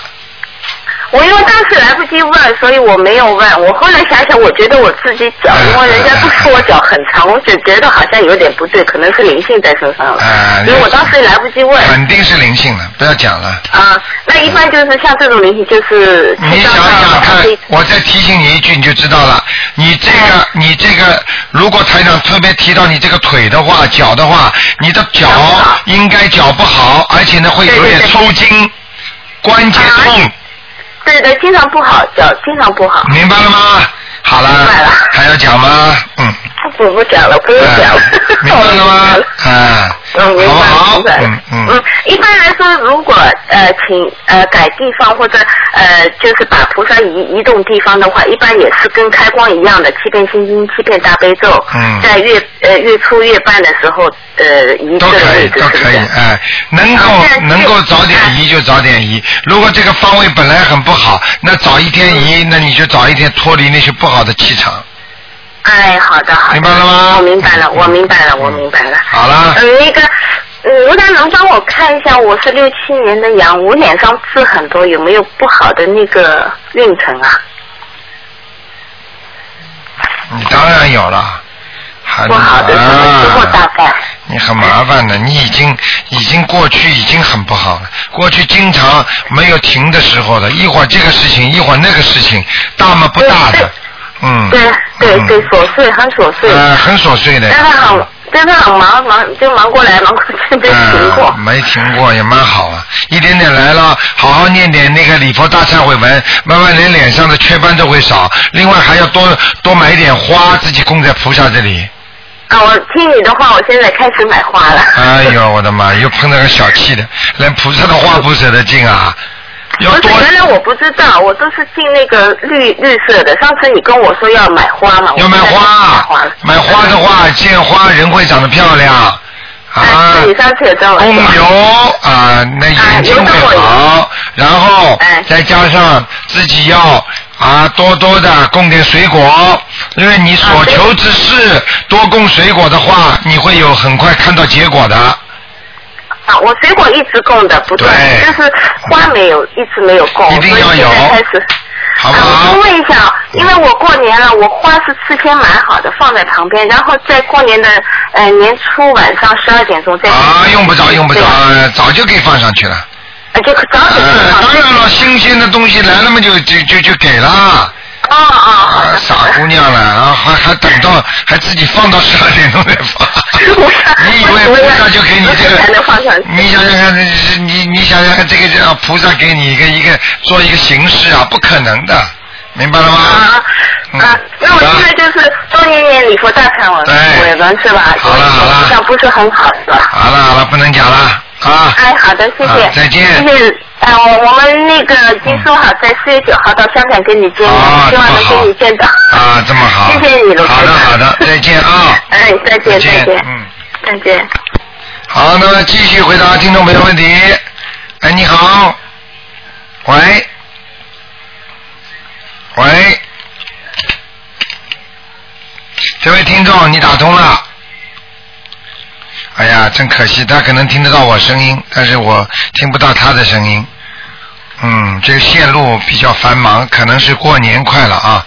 Speaker 3: 我因为当时来不及问，所以我没有问。我后来想想，我觉得我自己
Speaker 1: 哎
Speaker 3: 脚，因为人家不说我脚很长，我就觉得好像有点不对，可能是灵性在身上了。
Speaker 1: 啊
Speaker 3: 因为我当时来不及问。
Speaker 1: 肯定是灵性了，不要讲了。
Speaker 3: 啊，那一般就是像这种灵性，就是
Speaker 1: 你想想看，我再提醒你一句，你就知道了。你这个，
Speaker 3: 嗯
Speaker 1: 你这个，如果台长特别提到你这个腿的话、脚的话，你的脚
Speaker 3: 脚不好
Speaker 1: 应该脚不好，而且呢会有点
Speaker 3: 对对对
Speaker 1: 抽筋、关节
Speaker 3: 啊
Speaker 1: 痛。
Speaker 3: 对对，经常不好，脚经常不好。
Speaker 1: 明白了吗？好了，
Speaker 3: 明白了
Speaker 1: 还要讲吗？嗯，
Speaker 3: 我不讲了，不用讲了
Speaker 1: 嗯。明白了吗？
Speaker 3: [laughs]
Speaker 1: 啊，
Speaker 3: 嗯，明白
Speaker 1: 好不
Speaker 3: 了，
Speaker 1: 好
Speaker 3: 明白了
Speaker 1: 嗯嗯
Speaker 3: 一般来说，如果呃请呃改地方或者呃就是把菩萨移移动地方的话，一般也是跟开光一样的，七遍心经、七遍大悲咒，
Speaker 1: 嗯
Speaker 3: 在月呃月初月半的时候呃移
Speaker 1: 都
Speaker 3: 这个
Speaker 1: 可以，
Speaker 3: 位置，
Speaker 1: 都
Speaker 3: 是不
Speaker 1: 可以，
Speaker 3: 是？
Speaker 1: 哎，能够
Speaker 3: 啊对
Speaker 1: 能够
Speaker 3: 对
Speaker 1: 早点
Speaker 3: 嗯
Speaker 1: 移就早点移。如果这个方位本来很不好，那早一天移，
Speaker 3: 嗯
Speaker 1: 那你就早一天脱离那些不好的气场。
Speaker 3: 哎，好的，好的。
Speaker 1: 明白了吗
Speaker 3: 我明白了，我明白了，
Speaker 1: 嗯
Speaker 3: 我明白了。
Speaker 1: 好了，
Speaker 3: 嗯，那个，嗯，吴丹能帮我看一下，我是六七年的羊，我脸上痣很多，有没有不好的那个运程啊？
Speaker 1: 你当然有了，还
Speaker 3: 不嗯好的什
Speaker 1: 啊
Speaker 3: 么时候大概？
Speaker 1: 你很麻烦的，你已经已经过去已经很不好了，过去经常没有停的时候的，一会儿这个事情，一会儿那个事情，大嘛不大的
Speaker 3: 对，
Speaker 1: 嗯，
Speaker 3: 对对
Speaker 1: 嗯
Speaker 3: 对，琐碎，很琐碎，
Speaker 1: 呃，很琐碎的，
Speaker 3: 但是很但是很忙忙，就忙过来忙过去没停过
Speaker 1: 呃。没停过也蛮好啊，一点点来了，好好念点那个礼佛大忏悔文，慢慢连脸上的雀斑都会少，另外还要多多买点花，自己供在菩萨这里。
Speaker 3: 啊，我听你的话，我现在开始买花了。
Speaker 1: 哎呦，我的妈！又碰到个小气的，连菩萨的话不舍得进啊，要
Speaker 3: 不
Speaker 1: 多
Speaker 3: 是，原来我不知道，我都是进那个绿绿色的。上次你跟我说要买花嘛，我
Speaker 1: 要买
Speaker 3: 现在就买
Speaker 1: 花
Speaker 3: 花了，
Speaker 1: 买花的话，见花人会长得漂亮啊
Speaker 3: 哎，。你上次也跟我哎
Speaker 1: 供
Speaker 3: 说。
Speaker 1: 油啊，那眼睛会好，然后
Speaker 3: 哎
Speaker 1: 再加上自己要啊多多的供点水果，因为你所
Speaker 3: 啊对
Speaker 1: 求之事多供水果的话，你会有很快看到结果的。
Speaker 3: 啊，我水果一直供的，不断，
Speaker 1: 对
Speaker 3: 就是花没有，一直没有供，
Speaker 1: 一定要
Speaker 3: 所以现
Speaker 1: 有
Speaker 3: 在开始。
Speaker 1: 好不
Speaker 3: 啊，
Speaker 1: 好
Speaker 3: 我先问一下，因为我过年了，我花是事先买好的，放在旁边，然后在过年的呃年初晚上十二点钟再。
Speaker 1: 啊，用不着，用不着
Speaker 3: 对吧，
Speaker 1: 呃早就给放上去了。
Speaker 3: 呃就早点
Speaker 1: 呃，
Speaker 3: 放。
Speaker 1: 当然了，新鲜的东西来了嘛，就就就就给了。
Speaker 3: 哦哦。好
Speaker 1: 啊
Speaker 3: 的，
Speaker 1: 傻姑娘了，然后还还等到还自己放到十二点钟再
Speaker 3: [laughs]
Speaker 1: 放
Speaker 3: [laughs] 我，
Speaker 1: 你以为菩萨就给你这
Speaker 3: 我以为才能放上
Speaker 1: 个
Speaker 3: 去？
Speaker 1: 你想想看，你你你想想看，这个让菩萨给你一个一个做一个形式啊，不可能的，明白了吗？
Speaker 3: 啊
Speaker 1: 嗯
Speaker 3: 啊！那我现在就是多念念礼佛大忏悔
Speaker 1: 对
Speaker 3: 文是吧？
Speaker 1: 好了好了
Speaker 3: 这样不是很好是吧？
Speaker 1: 好了好了，不能讲了啊。
Speaker 3: 哎，好的，谢谢，
Speaker 1: 啊再见嗯
Speaker 3: 谢谢。哎，我我们那个已经说好在四月九号到香港跟你见面，
Speaker 1: 啊
Speaker 3: 希望能跟你见到。 [laughs]
Speaker 1: 啊，这么好。
Speaker 3: 谢谢你，罗
Speaker 1: 好的
Speaker 3: 台长
Speaker 1: 好的，再见啊。
Speaker 3: 哎，再见，再见，
Speaker 1: 嗯，
Speaker 3: 再见。
Speaker 1: 好，那么继续回答听众朋友问题。哎，你好，喂，喂，这位听众，你打通了。哎呀，真可惜，他可能听得到我声音，但是我听不到他的声音。嗯，这个线路比较繁忙，可能是过年快了啊。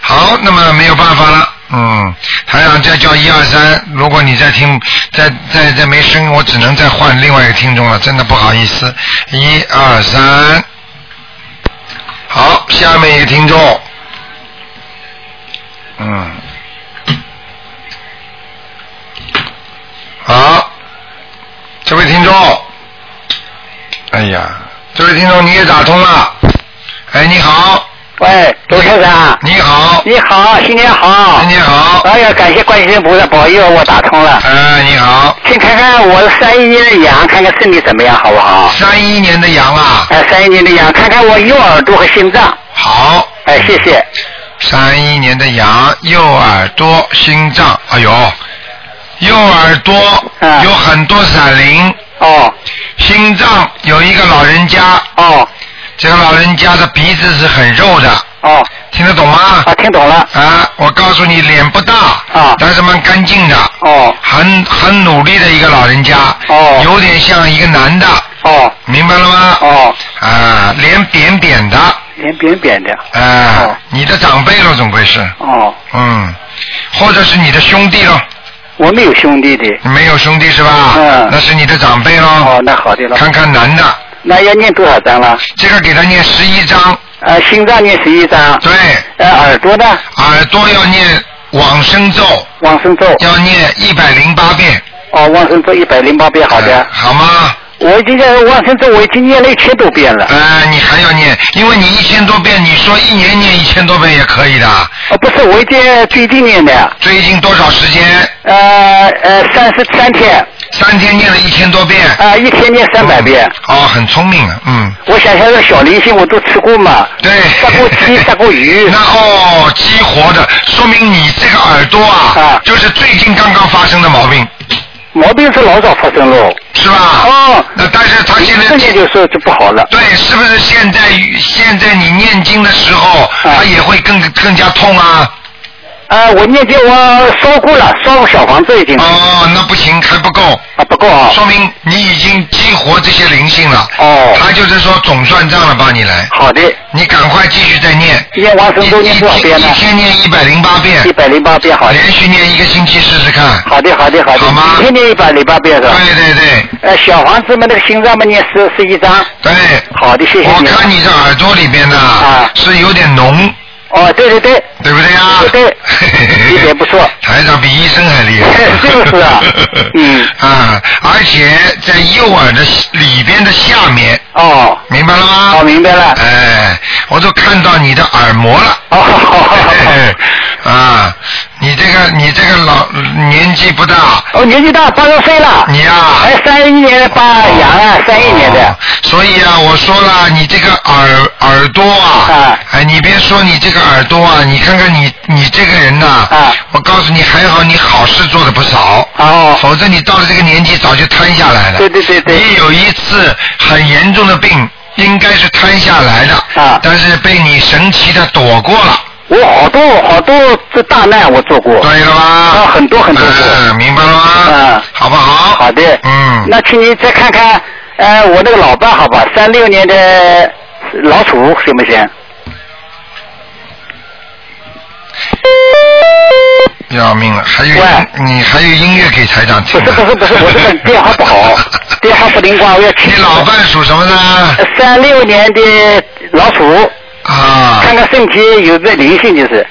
Speaker 1: 好，那么没有办法了。嗯，台长再叫一二三，如果你再听，再再再没声，我只能再换另外一个听众了，真的不好意思。一二三，好，下面一个听众，嗯，好，这位听众，哎呀，这位听众你也打通了，哎，你好，
Speaker 7: 喂，卢台长，
Speaker 1: 你好，
Speaker 7: 你好，新年好。
Speaker 1: 新年好，
Speaker 7: 哎呀，感谢观世音菩萨保佑，我打通了。
Speaker 1: 哎，你好，
Speaker 7: 请看看我三一年的羊，看看身体怎么样，好不好？
Speaker 1: 三一年的羊啊，
Speaker 7: 哎，三一年的羊，看看我右耳朵和心脏。
Speaker 1: 好，
Speaker 7: 哎，谢谢。
Speaker 1: 三一年的羊，右耳朵、心脏，哎呦，右耳朵
Speaker 7: 嗯
Speaker 1: 有很多闪灵，
Speaker 7: 哦
Speaker 1: 心脏有一个老人家，
Speaker 7: 哦
Speaker 1: 这个老人家的鼻子是很肉的，
Speaker 7: 哦，
Speaker 1: 听得懂吗？
Speaker 7: 啊，听懂了。
Speaker 1: 啊，我告诉你，脸不大，
Speaker 7: 啊
Speaker 1: 但是蛮干净的，
Speaker 7: 哦
Speaker 1: 很很努力的一个老人家，
Speaker 7: 哦
Speaker 1: 有点像一个男的，
Speaker 7: 哦
Speaker 1: 明白了吗？
Speaker 7: 哦，
Speaker 1: 啊，脸扁扁的，
Speaker 7: 脸扁扁的。
Speaker 1: 啊，
Speaker 7: 哦
Speaker 1: 你的长辈了，总归是，
Speaker 7: 哦，
Speaker 1: 嗯，或者是你的兄弟了，
Speaker 7: 我没有兄弟的。
Speaker 1: 你没有兄弟是吧？
Speaker 7: 嗯
Speaker 1: 那是你的长辈
Speaker 7: 哦
Speaker 1: 喽。，
Speaker 7: 那好的了。
Speaker 1: 嗯看看男的，
Speaker 7: 那要念多少章了？
Speaker 1: 这个给他念十一章，
Speaker 7: 呃，心脏念十一章。
Speaker 1: 对，
Speaker 7: 呃，耳朵呢？
Speaker 1: 耳朵要念往生咒，
Speaker 7: 往生咒。
Speaker 1: 要念一百零八遍。
Speaker 7: 哦，往生咒一百零八遍，好的。
Speaker 1: 呃好吗？
Speaker 7: 我已经在往生咒，我已经念了一千多遍了。
Speaker 1: 呃，你还要念，因为你一千多遍，你说一年念一千多遍也可以的。
Speaker 7: 哦，不是，我已经最近念的，
Speaker 1: 最近多少时间？
Speaker 7: 呃呃，三十三天，
Speaker 1: 三天念了一千多遍。
Speaker 7: 啊、一天念三百遍。
Speaker 1: 哦，很聪明啊，嗯，
Speaker 7: 我想想，这小灵性我都吃过嘛，
Speaker 1: 对。
Speaker 7: 杀过鸡，杀过鱼
Speaker 1: 那，哦，激活的，说明你这个耳朵啊，
Speaker 7: 啊
Speaker 1: 就是最近刚刚发生的毛病，
Speaker 7: 毛病是老早发生了。
Speaker 1: 是吧？
Speaker 7: 哦，
Speaker 1: 那但是他现在
Speaker 7: 这就说就不好了。
Speaker 1: 对，是不是现在现在你念经的时候，他也会更更加痛啊？
Speaker 7: 啊、我念经我烧过了，烧小房子已经、
Speaker 1: 哦，那不行，还不够，
Speaker 7: 啊不够啊。
Speaker 1: 说明你已经激活这些灵性了。
Speaker 7: 哦，
Speaker 1: 他就是说总算账了，帮你来，
Speaker 7: 好的，
Speaker 1: 你赶快继续再念，
Speaker 7: 念往
Speaker 1: 一
Speaker 7: 生咒念多少
Speaker 1: 一
Speaker 7: 遍
Speaker 1: 天
Speaker 7: 呢
Speaker 1: 一？天念一百零八遍
Speaker 7: 一，百零八遍，好的。
Speaker 1: 连续念一个星期试试看。
Speaker 7: 好的，好的，好的。
Speaker 1: 好吗
Speaker 7: 一天念一百零八遍是吧？
Speaker 1: 对对对
Speaker 7: 呃，小房子嘛，那个心脏嘛，念十十一张。
Speaker 1: 对，
Speaker 7: 好的，谢谢
Speaker 1: 我
Speaker 7: 你。
Speaker 1: 看你这耳朵里边呢
Speaker 7: 啊
Speaker 1: 是有点脓，
Speaker 7: 哦，对对对，
Speaker 1: 对不对呀？
Speaker 7: 对对
Speaker 1: [laughs]
Speaker 7: 一点不错。
Speaker 1: 台长比医生还厉害
Speaker 7: 就是
Speaker 1: [laughs]
Speaker 7: 啊嗯
Speaker 1: 啊，而且在右耳的里边的下面，
Speaker 7: 哦，
Speaker 1: 明白了吗？
Speaker 7: 哦，明白了。
Speaker 1: 哎，我都看到你的耳膜
Speaker 7: [laughs]
Speaker 1: 了。
Speaker 7: 哦，好好好好。
Speaker 1: 啊，你这个你这个老年纪不大，
Speaker 7: 哦，年纪大，八十岁了。
Speaker 1: 你呀、
Speaker 7: 哎，三一年的八羊啊，三一年
Speaker 1: 嗯哦
Speaker 7: 的。
Speaker 1: 所以啊，我说了，你这个耳耳朵啊
Speaker 7: 啊，
Speaker 1: 哎，你别说你这个耳朵啊，你看看你你这个人呐、
Speaker 7: 啊
Speaker 1: 我告诉你，还好你好事做的不少，
Speaker 7: 哦，
Speaker 1: 否则你到了这个年纪早就瘫下来了。
Speaker 7: 对对对对
Speaker 1: 你有一次很严重的病，应该是瘫下来的，
Speaker 7: 啊
Speaker 1: 但是被你神奇的躲过了，
Speaker 7: 我好多好多这大难我做过。
Speaker 1: 对了吧？
Speaker 7: 啊很多很多
Speaker 1: 嗯、明白了吗？
Speaker 7: 嗯
Speaker 1: 好不好？
Speaker 7: 好的。
Speaker 1: 嗯，
Speaker 7: 那请你再看看，呃，我那个老伴好吧，三六年的老鼠行不行？
Speaker 1: 要命了，还有
Speaker 7: 喂
Speaker 1: 你还有音乐给台长
Speaker 7: 不
Speaker 1: 听
Speaker 7: 是
Speaker 1: 的？
Speaker 7: 不是不是，我这个电话不好，
Speaker 1: [laughs]
Speaker 7: 电话不灵光，我要请
Speaker 1: 你老伴属什么呢？
Speaker 7: 三六年的老鼠，
Speaker 1: 啊，
Speaker 7: 看看身体有没有灵性，就是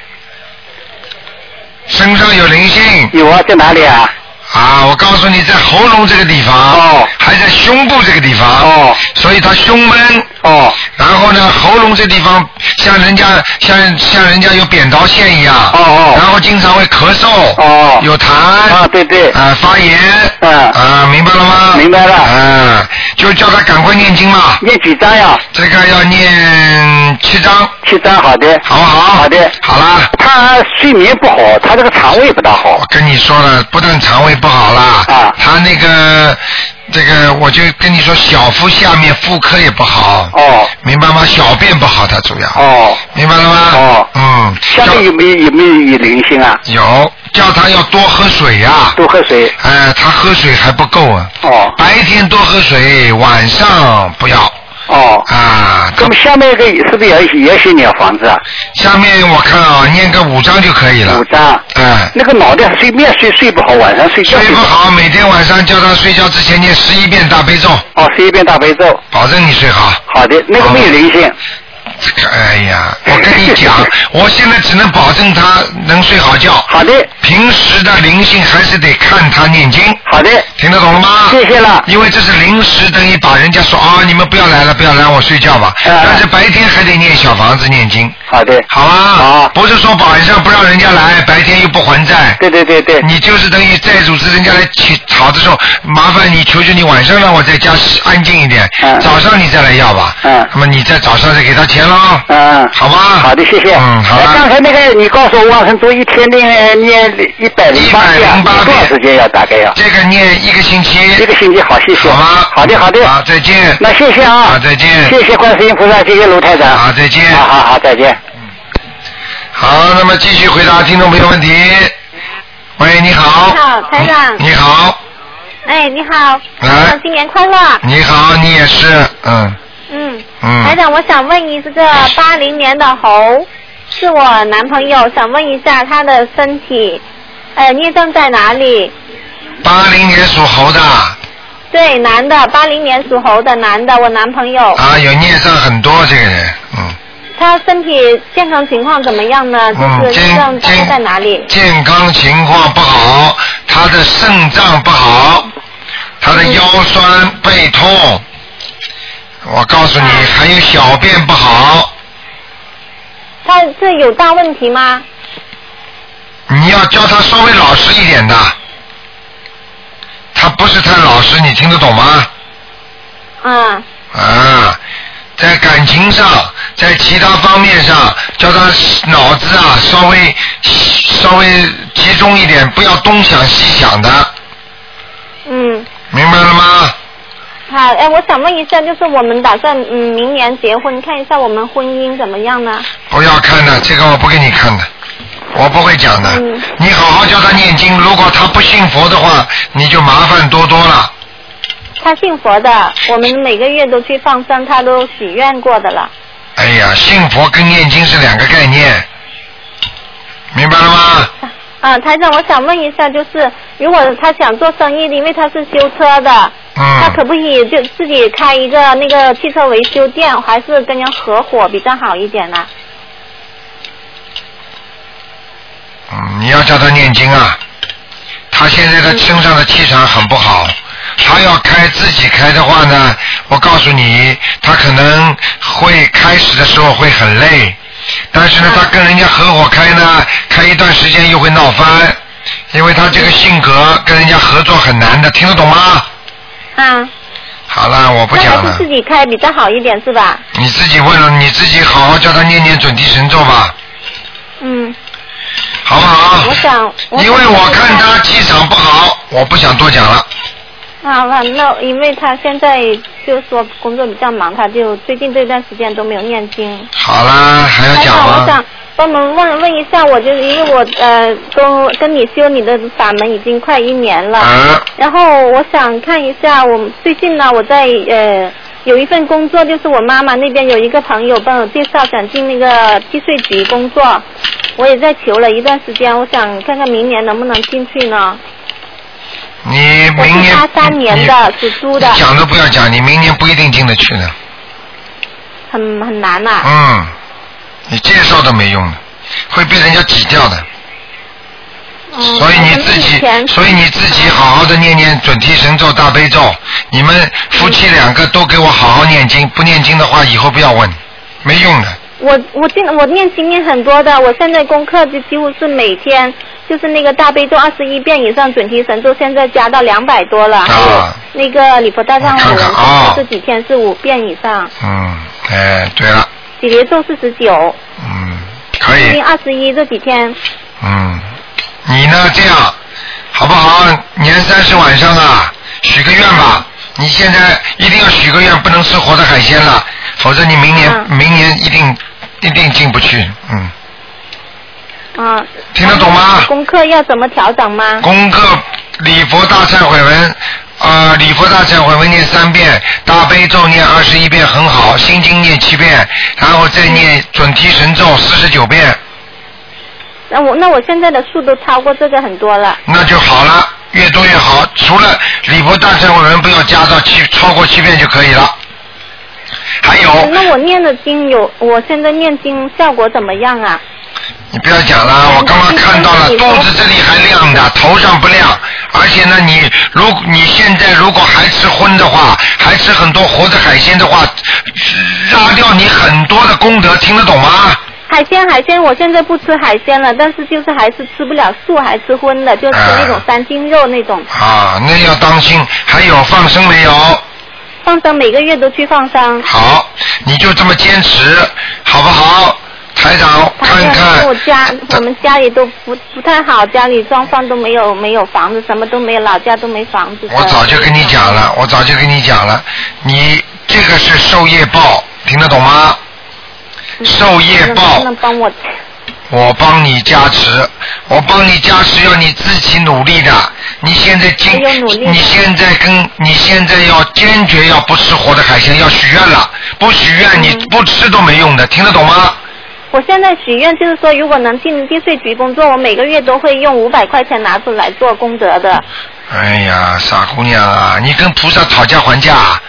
Speaker 1: 身上有灵性
Speaker 7: 有啊，在哪里啊？
Speaker 1: 啊！我告诉你，在喉咙这个地方，
Speaker 7: 哦
Speaker 1: 还在胸部这个地方，
Speaker 7: 哦
Speaker 1: 所以他胸闷，
Speaker 7: 哦
Speaker 1: 然后呢，喉咙这地方像人家像像人家有扁桃腺一样，
Speaker 7: 哦
Speaker 1: 然
Speaker 7: 哦
Speaker 1: 后经常会咳嗽，
Speaker 7: 哦
Speaker 1: 有痰，
Speaker 7: 啊，对对，
Speaker 1: 啊、发炎，
Speaker 7: 嗯
Speaker 1: 啊，明白了吗？
Speaker 7: 明白了
Speaker 1: 啊，就叫他赶快念经嘛，
Speaker 7: 念几张呀？
Speaker 1: 这个要念七章，
Speaker 7: 七张，好的。
Speaker 1: 好不好？
Speaker 7: 好的
Speaker 1: 好啦。
Speaker 7: 他睡眠不好，他这个肠胃不大好
Speaker 1: 我。跟你说了，不但肠胃不好啦，
Speaker 7: 啊
Speaker 1: 他那个这个，我就跟你说，小腹下面妇科也不好，
Speaker 7: 哦
Speaker 1: 明白吗？小便不好，他主要，
Speaker 7: 哦，
Speaker 1: 明白了吗？
Speaker 7: 哦
Speaker 1: 嗯，
Speaker 7: 下面有没有有没有有灵性啊？
Speaker 1: 叫有叫他要多喝水呀、
Speaker 7: 多喝水。
Speaker 1: 哎，他喝水还不够啊，
Speaker 7: 哦
Speaker 1: 白天多喝水，晚上不要
Speaker 7: 哦，
Speaker 1: 啊。
Speaker 7: 那
Speaker 1: 他
Speaker 7: 么下面一个是不是也也许念房子啊？
Speaker 1: 下面我看啊，念个五章就可以了
Speaker 7: 五，张。
Speaker 1: 哎。
Speaker 7: 那个脑袋睡面睡睡不好，晚上睡觉
Speaker 1: 睡不。好，每天晚上叫他睡觉之前念十一遍大悲咒，
Speaker 7: 哦，睡一遍大悲咒。
Speaker 1: 保证你睡好。
Speaker 7: 好的，那个没有灵性。
Speaker 1: 这个哎呀，我跟你讲，我现在只能保证他能睡好觉。
Speaker 7: 好的，
Speaker 1: 平时的灵性还是得看他念经，
Speaker 7: 好的，
Speaker 1: 听得懂了吗？
Speaker 7: 谢谢了。
Speaker 1: 因为这是临时，等于把人家说啊、你们不要来了，不要来，我睡觉吧。
Speaker 7: 嗯
Speaker 1: 但是白天还得念小房子念经，
Speaker 7: 好的，
Speaker 1: 好吗？
Speaker 7: 好
Speaker 1: 不是说晚上不让人家来，白天又不还债。
Speaker 7: 对对对对，
Speaker 1: 你就是等于债主持人家来起吵的时候，麻烦你求求你晚上让我在家安静一点，
Speaker 7: 嗯
Speaker 1: 早上你再来要吧。
Speaker 7: 嗯
Speaker 1: 那么你在早上再给他钱喽，
Speaker 7: 嗯，
Speaker 1: 好吧？
Speaker 7: 好的，谢谢。
Speaker 1: 嗯，好
Speaker 7: 哎刚
Speaker 1: 了。
Speaker 7: 才那个你告诉我，往生咒一天念念一百零八遍，
Speaker 1: 108遍
Speaker 7: 多少时间呀？大概呀？
Speaker 1: 这个念一个星期，
Speaker 7: 一个星期，好，谢谢。
Speaker 1: 好吗？
Speaker 7: 好的，好的。
Speaker 1: 好，再见。
Speaker 7: 那谢谢啊。
Speaker 1: 好再见
Speaker 7: 谢谢观世音菩萨，谢谢卢台长。
Speaker 1: 好，再见。
Speaker 7: 好好好，再见。
Speaker 1: 好，那么继续回答听众朋友问题。喂，你好。嗯
Speaker 6: 你好台长
Speaker 1: 你好，
Speaker 6: 哎，你好，
Speaker 1: 来
Speaker 6: 台长新年
Speaker 1: 啊
Speaker 6: 快乐。
Speaker 1: 你好，你也是，嗯
Speaker 6: 嗯，台
Speaker 1: 嗯，
Speaker 6: 长，我想问一这个八零年的猴，是我男朋友，想问一下他的身体，呃，孽障在哪里？
Speaker 1: 八零年属猴的啊，
Speaker 6: 对，男的，八零年属猴的男的，我男朋友，
Speaker 1: 啊有孽障很多这个人，嗯
Speaker 6: 他身体健康情况怎么样呢？啊就
Speaker 1: 嗯，
Speaker 6: 是孽障
Speaker 1: 健
Speaker 6: 大概在哪里
Speaker 1: 健？健康情况不好，他的肾脏不好，他
Speaker 6: 嗯
Speaker 1: 的腰酸背痛，我告诉你，
Speaker 6: 啊
Speaker 1: 还有小便不好，
Speaker 6: 他这有大问题吗？
Speaker 1: 你要教他稍微老实一点的，他不是太老实，你听得懂吗？
Speaker 6: 嗯，
Speaker 1: 啊，在感情上，在其他方面上，叫他脑子啊稍微稍微集中一点，不要东想西想的，
Speaker 6: 嗯，
Speaker 1: 明白了吗？
Speaker 6: 好，哎，我想问一下，就是我们打算嗯明年结婚，看一下我们婚姻怎么样呢？
Speaker 1: 不要看的，这个我不给你看的，我不会讲的。
Speaker 6: 嗯
Speaker 1: 你好好教他念经，如果他不信佛的话，你就麻烦多多了。
Speaker 6: 他信佛的，我们每个月都去放生，他都许愿过的了。
Speaker 1: 哎呀，信佛跟念经是两个概念，明白了吗？
Speaker 6: 啊，台长，我想问一下，就是如果他想做生意的，因为他是修车的，他可
Speaker 1: 嗯，
Speaker 6: 不可以就自己开一个那个汽车维修店，还是跟人合伙比较好一点呢？
Speaker 1: 嗯，你要叫他念经啊。他现在的身上的气场很不好，他要开自己开的话呢，我告诉你，他可能会开始的时候会很累，但是呢，
Speaker 6: 嗯
Speaker 1: 他跟人家合伙开呢，开一段时间又会闹翻，因为他这个性格跟人家合作很难的，听得懂吗？
Speaker 6: 啊，
Speaker 1: 好了，我不
Speaker 6: 那
Speaker 1: 讲
Speaker 6: 还
Speaker 1: 了
Speaker 6: 是，自己开比较好一点是吧？
Speaker 1: 你自己问了，你自己好好叫他念念准提神咒吧。
Speaker 6: 嗯，
Speaker 1: 好不好？
Speaker 6: 我想我想
Speaker 1: 啊因为我看他气场不好，我不想多讲了。
Speaker 6: 啊，那那因为他现在就是说工作比较忙，他就最近这段时间都没有念经。
Speaker 1: 好啦，还要
Speaker 6: 台
Speaker 1: 讲
Speaker 6: 长，我
Speaker 1: 吗
Speaker 6: 想？帮忙问问一下，我就是因为我呃跟跟你修你的法门已经快一年了，
Speaker 1: 嗯
Speaker 6: 然后我想看一下，我们最近呢我在呃有一份工作，就是我妈妈那边有一个朋友帮我介绍，想进那个计税局工作，我也在求了一段时间，我想看看明年能不能进去呢？
Speaker 1: 你
Speaker 6: 我
Speaker 1: 明
Speaker 6: 是
Speaker 1: 年嗯
Speaker 6: 八三年的，属
Speaker 1: 你
Speaker 6: 猪的
Speaker 1: 你，讲都不要讲，你明年不一定进得去的。
Speaker 6: 很很难啊呐、
Speaker 1: 嗯，你介绍都没用的，会被人家挤掉的。
Speaker 6: 嗯，
Speaker 1: 所以你
Speaker 6: 我们
Speaker 1: 自己
Speaker 6: 以前，
Speaker 1: 所以你自己好好的念念准提神咒、大悲咒。你们夫
Speaker 6: 嗯
Speaker 1: 妻两个都给我好好念经，不念经的话，以后不要问，没用的。
Speaker 6: 我我进我念经念很多的，我现在功课就几乎是每天，就是那个大悲咒二十一遍以上，准提神咒现在加到两百多了，还有
Speaker 1: 啊
Speaker 6: 那个礼佛大忏悔
Speaker 1: 我看
Speaker 6: 文
Speaker 1: 看啊
Speaker 6: 这几天是五遍以上，
Speaker 1: 嗯，哎，对了，
Speaker 6: 解结咒四十九，
Speaker 1: 嗯，可以。
Speaker 6: 心经二十一这几天，
Speaker 1: 嗯，你呢？这样好不好？年三十晚上啊，许个愿吧。你现在一定要许个愿，不能吃活的海鲜了，否则你明年、
Speaker 6: 嗯
Speaker 1: 明年一定一定进不去。嗯，
Speaker 6: 啊，
Speaker 1: 听得懂吗？
Speaker 6: 功课要怎么调整吗？
Speaker 1: 功课礼佛大忏悔文，呃，礼佛大忏悔文念三遍，大悲咒念二十一遍，很好，心经念七遍，然后再念准提神咒四十九遍，
Speaker 6: 那我那我现在的数都超过这个很多了，
Speaker 1: 那就好了，越多越好。除了礼佛大忏悔文不要加到七，超过七遍就可以了。还有，
Speaker 6: 哎那我念的经有，我现在念经效果怎么样啊？
Speaker 1: 你不要讲了，我刚刚看到了，肚子这里还亮的，头上不亮。而且呢，你如你现在如果还吃荤的话，还吃很多活的海鲜的话，呃拉掉你很多的功德，听得懂吗？
Speaker 6: 海鲜海鲜，我现在不吃海鲜了，但是就是还是吃不了素，还吃荤的，就吃那种三斤肉那种。
Speaker 1: 啊，那要当心。还有放生没有？
Speaker 6: 放生每个月都去放生。
Speaker 1: 好，你就这么坚持，好不好？台长，
Speaker 6: 反
Speaker 1: 看
Speaker 6: 正
Speaker 1: 看
Speaker 6: 我家我们家里都不不太好，家里状况都没有没有房子，什么都没有，老家都没房子的。
Speaker 1: 我早就跟你讲了，我早就跟你讲了，你这个是受业报，听得懂吗？
Speaker 6: 嗯
Speaker 1: 受业
Speaker 6: 能
Speaker 1: 报
Speaker 6: 不，能帮我？
Speaker 1: 我帮你加持，我帮你加持要你自己努力的。你现在经
Speaker 6: 我有努，力的
Speaker 1: 你现在跟你现在要坚决要不吃活的海鲜，要许愿了，不许愿你不吃都没用的，听得懂吗？
Speaker 6: 嗯我现在许愿就是说，如果能进地税局工作，我每个月都会用五百块钱拿出来做功德的。
Speaker 1: 哎呀，傻姑娘啊，你跟菩萨讨价还价，啊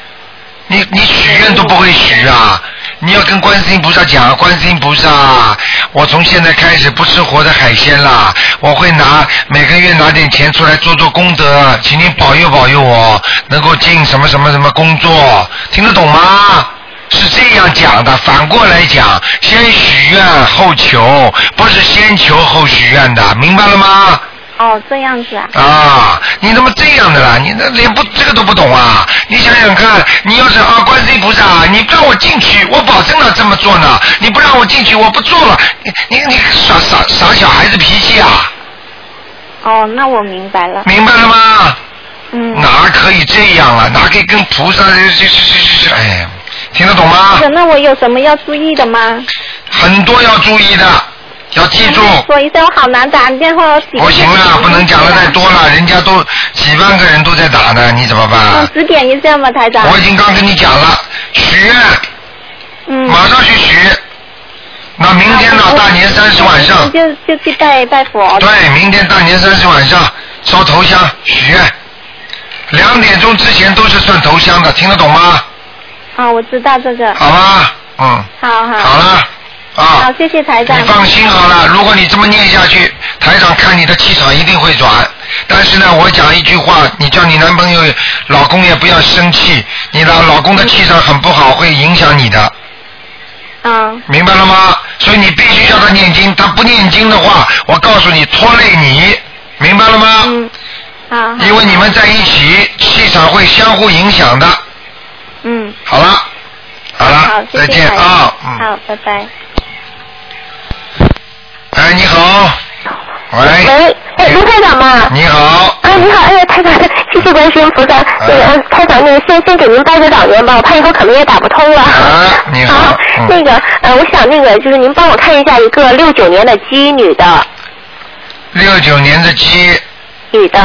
Speaker 1: 你你许愿都不会许啊！你要跟观世音菩萨讲，啊观世音菩萨，我从现在开始不吃活的海鲜啦，我会拿每个月拿点钱出来做做功德，啊请您保佑保佑我，能够进什么什么什么工作，听得懂吗？是这样讲的，反过来讲，先许愿后求，不是先求后许愿的，明白了吗？
Speaker 6: 哦，这样子啊。
Speaker 1: 啊，你怎么这样的啦？你那连不这个都不懂啊？你想想看，你要是啊，观世音菩萨，你不让我进去，我保证了这么做呢。你不让我进去，我不做了。你你你傻傻傻小孩子脾气啊，
Speaker 6: 哦，那我明白了。
Speaker 1: 明白了吗？
Speaker 6: 嗯。
Speaker 1: 哪可以这样啊？哪可以跟菩萨这这这这这？哎，听得懂吗？
Speaker 6: 那我有什么要注意的吗？嗯
Speaker 1: 很多要注意的，要记住。
Speaker 6: 说一下，我好难打电话。几个
Speaker 1: 不行了，不能讲的太。多了，人家都几万个人都在打呢，你怎么办？
Speaker 6: 嗯，指点一下嘛，台长。
Speaker 1: 我已经刚跟你讲了，许愿
Speaker 6: 嗯。
Speaker 1: 马上去许。那明天呢
Speaker 6: 好？我
Speaker 1: 大年三十晚上，
Speaker 6: 就嗯就去拜拜佛。
Speaker 1: 对，明天大年三十晚上烧头香许愿，两点钟之前都是算头香的，听得懂吗？
Speaker 6: 啊，我知道这个。
Speaker 1: 好吧，嗯，
Speaker 6: 好好。
Speaker 1: 好了，啊
Speaker 6: 好，，谢谢台长嗯
Speaker 1: 你。放心好了，如果你这么念下去，台长看你的气场一定会转。但是呢，我讲一句话，你叫你男朋友、老公也不要生气，你的老公的气场很不好，会影响你的。
Speaker 6: 嗯。
Speaker 1: 明白了吗？所以你必须叫他念经，他不念经的话，我告诉你拖累你，明白了吗？
Speaker 6: 嗯。好。好
Speaker 1: 因为你们在一起，气场会相互影响的。
Speaker 6: 嗯。
Speaker 1: 好了，好了，
Speaker 6: 好，谢
Speaker 1: 再
Speaker 6: 谢
Speaker 1: 见
Speaker 6: 台长
Speaker 1: 啊，嗯，
Speaker 6: 好，拜拜。
Speaker 1: 哎，你好，喂，
Speaker 3: 喂，哎，卢台长吗？
Speaker 1: 你好，
Speaker 3: 啊，你好，哎呀，台长， [laughs] 谢谢观世音菩萨。
Speaker 1: 哎
Speaker 3: 那个、呃台长，那个先先给您拜个早年吧，我怕以后可能也打不通了。 [laughs]
Speaker 1: 啊你好
Speaker 3: 好
Speaker 1: 嗯
Speaker 3: 那个呃，我想那个就是您帮我看一下一个六九年的鸡女的
Speaker 1: 六九年的鸡
Speaker 3: 女的，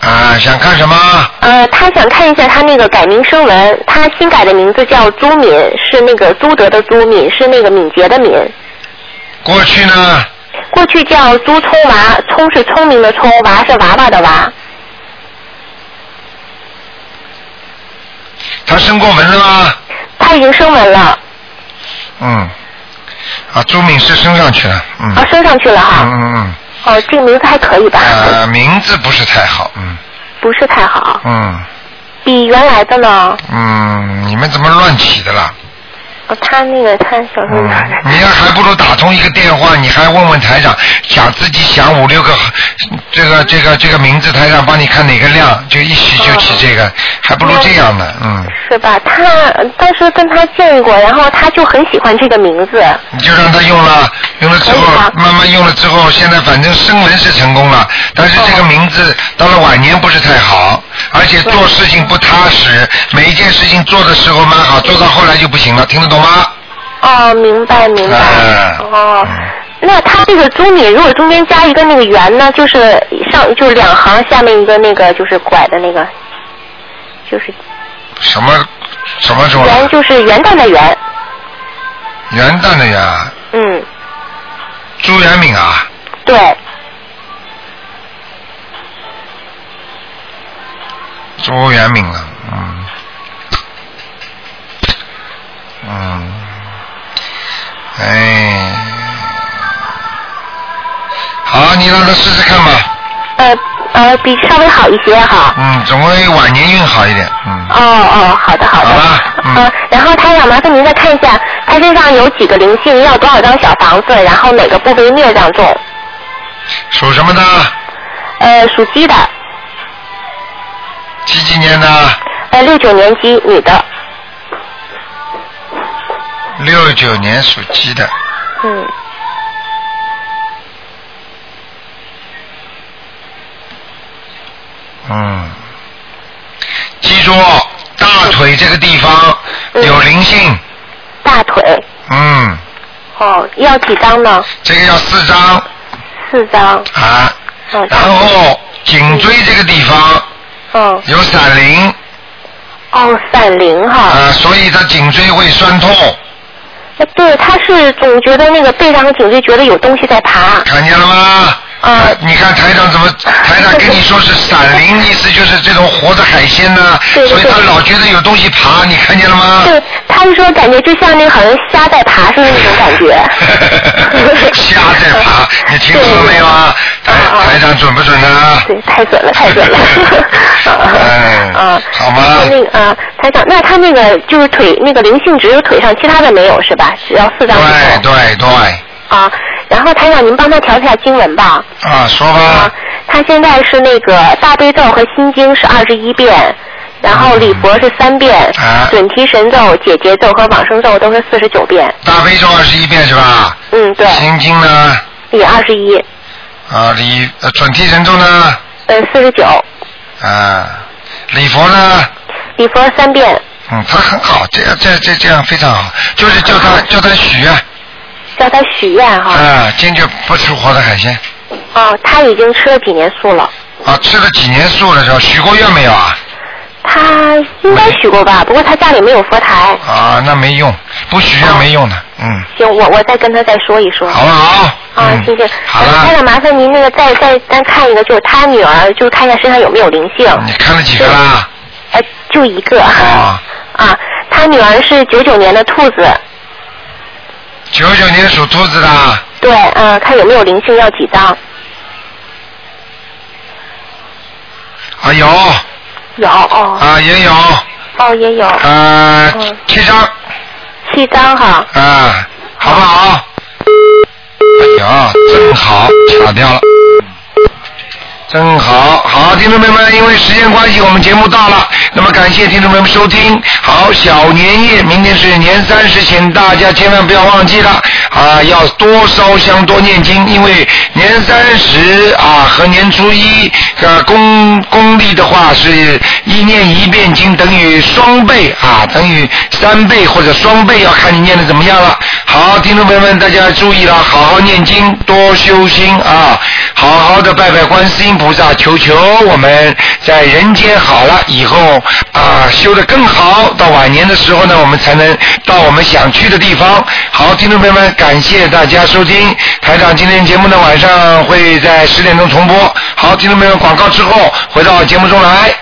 Speaker 1: 啊，想看什么？
Speaker 3: 呃，她想看一下她那个改名声纹，她新改的名字叫朱敏，是那个朱德的朱敏，是那个敏捷的敏。
Speaker 1: 过去呢，
Speaker 3: 过去叫朱聪娃，聪是聪明的聪，娃是娃娃的娃。
Speaker 1: 他生过门了吗？
Speaker 3: 她已经生完了，啊
Speaker 1: 嗯，啊，朱敏是升上去了，嗯，
Speaker 6: 哦
Speaker 3: 啊，升上去
Speaker 1: 嗯
Speaker 3: 了哈。
Speaker 1: 嗯嗯，
Speaker 3: 哦，这个名字还可以吧？
Speaker 1: 呃，名字不是太好，嗯
Speaker 3: [laughs] 不是太好，
Speaker 6: 哦
Speaker 1: 嗯。
Speaker 3: 比原来的呢。
Speaker 1: 嗯，你们怎么乱起的啦？
Speaker 3: 哦，他那个他小时候
Speaker 1: 嗯，你要还不如打通一个电话，你还问问台长，想自己想五六个，这个这个这个名字，台长帮你看哪个亮，就一起就起这个，还不如这样呢，嗯，
Speaker 3: 是吧？他当时跟他见过，然后他就很喜欢这个名字。
Speaker 1: 你就让他用了，用了之后
Speaker 3: 可以吗，
Speaker 1: 慢慢用了之后，现在反正声纹是成功了，但是这个名字到了晚年不是太好，而且做事情不踏实，每一件事情做的时候蛮好，做到后来就不行了，听得懂吗？
Speaker 3: 哦，明白明白。
Speaker 1: 哎
Speaker 3: 哦
Speaker 1: 嗯，
Speaker 3: 那他这个朱敏，如果中间加一个那个圆呢，就是上就是两行下面一个那个就是拐的那个，就是
Speaker 1: 什么什么时候了？
Speaker 3: 圆就是元旦的元。
Speaker 1: 元旦的元啊，
Speaker 3: 嗯，
Speaker 1: 朱元敏啊，
Speaker 3: 对，
Speaker 1: 朱元敏啊，嗯，嗯，哎，好，你让他试试看吧。
Speaker 3: 呃呃，比稍微好一些哈。
Speaker 1: 嗯，总归晚年运好一点。嗯，
Speaker 3: 哦哦，好的好的。
Speaker 1: 好吧嗯
Speaker 3: 呃然后他想麻烦您再看一下，他身上有几个灵性，要多少张小房子，然后哪个部位孽障重？
Speaker 1: 属什么的？
Speaker 3: 呃，属鸡的，
Speaker 1: 几几年的？
Speaker 3: 呃，六九年鸡，女的。
Speaker 1: 六九年属鸡的。
Speaker 3: 嗯。
Speaker 1: 嗯，记住，大腿这个地方有灵性。
Speaker 3: 大腿。
Speaker 1: 嗯，
Speaker 3: 哦，要几张呢？
Speaker 1: 这个要四张
Speaker 3: 四张。
Speaker 1: 啊。
Speaker 3: 嗯。
Speaker 1: 然后颈椎这个地方
Speaker 3: 嗯。
Speaker 1: 有闪灵
Speaker 3: 哦，散灵哈。
Speaker 1: 啊，所以他颈椎会酸痛，
Speaker 3: 呃对，他是总觉得那个背上和颈椎觉得有东西在爬。
Speaker 1: 看见了吗？
Speaker 3: 啊、
Speaker 1: 你看台长怎么？台长跟你说是闪灵，意思就是这种活的海鲜呢、
Speaker 3: 对对
Speaker 1: 所以
Speaker 3: 对
Speaker 1: 他老觉得有东西爬，你看见了吗？ [laughs]
Speaker 3: 对，他就说感觉就像那个好像虾在爬似的那种感
Speaker 1: [laughs]
Speaker 3: 觉。
Speaker 1: 虾在爬，你听说了没有啊？台台长准不准啊呢？
Speaker 3: 对，太准了，太
Speaker 1: [laughs]
Speaker 3: 准了。
Speaker 1: 哎
Speaker 3: [laughs] 啊，
Speaker 1: 好吗
Speaker 3: 然后那个啊，台长，那他那个就是腿那个灵性只有腿上，其他的没有是吧？只要四张
Speaker 1: 对对对，
Speaker 3: 啊。然后台长，您帮他调一下经文吧。
Speaker 1: 啊，说
Speaker 3: 啊
Speaker 1: 吧，，
Speaker 3: 他现在是那个大悲咒和心经是二十一遍，然后礼佛是三遍，
Speaker 1: 嗯啊
Speaker 3: 准提神咒、解结咒和往生咒都是四十九遍。
Speaker 1: 大悲咒二十一遍是吧？
Speaker 3: 嗯，对，
Speaker 1: 心经呢？
Speaker 3: 也二十一，
Speaker 1: 啊，礼呃准提神咒呢？
Speaker 3: 呃，四十九，
Speaker 1: 啊，礼佛呢？
Speaker 3: 礼佛三遍，
Speaker 1: 嗯，他很好，这样这这这样非常好，就是叫他叫他许愿
Speaker 3: 叫他许愿哈。
Speaker 1: 啊，坚决不吃活的海鲜
Speaker 3: 哦，他已经吃了几年素了。
Speaker 1: 啊，吃了几年素了是吧？许过愿没有啊？
Speaker 3: 他应该许过吧，不过他家里没有佛台。
Speaker 1: 啊，那没用，不许
Speaker 3: 哦
Speaker 1: 愿没用的，嗯，
Speaker 3: 行，我我再跟他再说一说。
Speaker 1: 好不好？
Speaker 3: 啊，
Speaker 1: 嗯
Speaker 3: 嗯谢谢。
Speaker 1: 好
Speaker 3: 呃台
Speaker 1: 了，
Speaker 3: 长，麻烦您那个再再再看一个，就是他女儿，就是看一下身上有没有灵性。
Speaker 1: 你看了几个啦？
Speaker 3: 呃，就一个。
Speaker 1: 嗯啊，
Speaker 3: [laughs] 啊，他女儿是九九年的兔子，
Speaker 1: 九九年属兔子的，
Speaker 3: 对，嗯、看有没有灵性，要几张？
Speaker 1: 啊有
Speaker 3: 有哦，
Speaker 1: 啊也有
Speaker 3: 哦也有
Speaker 1: 啊
Speaker 3: 嗯
Speaker 1: 七张
Speaker 3: 七张哈。
Speaker 1: 啊，好不好？哎呦，真好，卡掉了。真好，好，听众朋友们，因为时间关系，我们节目到了，那么感谢听众朋友们收听。好，小年夜，明天是年三十，请大家千万不要忘记了啊，要多烧香，多念经，因为年三十啊和年初一呃公公历的话是一念一遍经，等于双倍啊，等于三倍或者双倍，要看你念的怎么样了。好，听众朋友们，大家注意了，好好念经，多修心啊，好好的拜拜观世音菩萨，求求我们在人间好了以后啊，修得更好，到晚年的时候呢，我们才能到我们想去的地方。好，听众朋友们，感谢大家收听台长今天节目呢，晚上会在十点钟重播。好，听众朋友们，广告之后回到节目中来。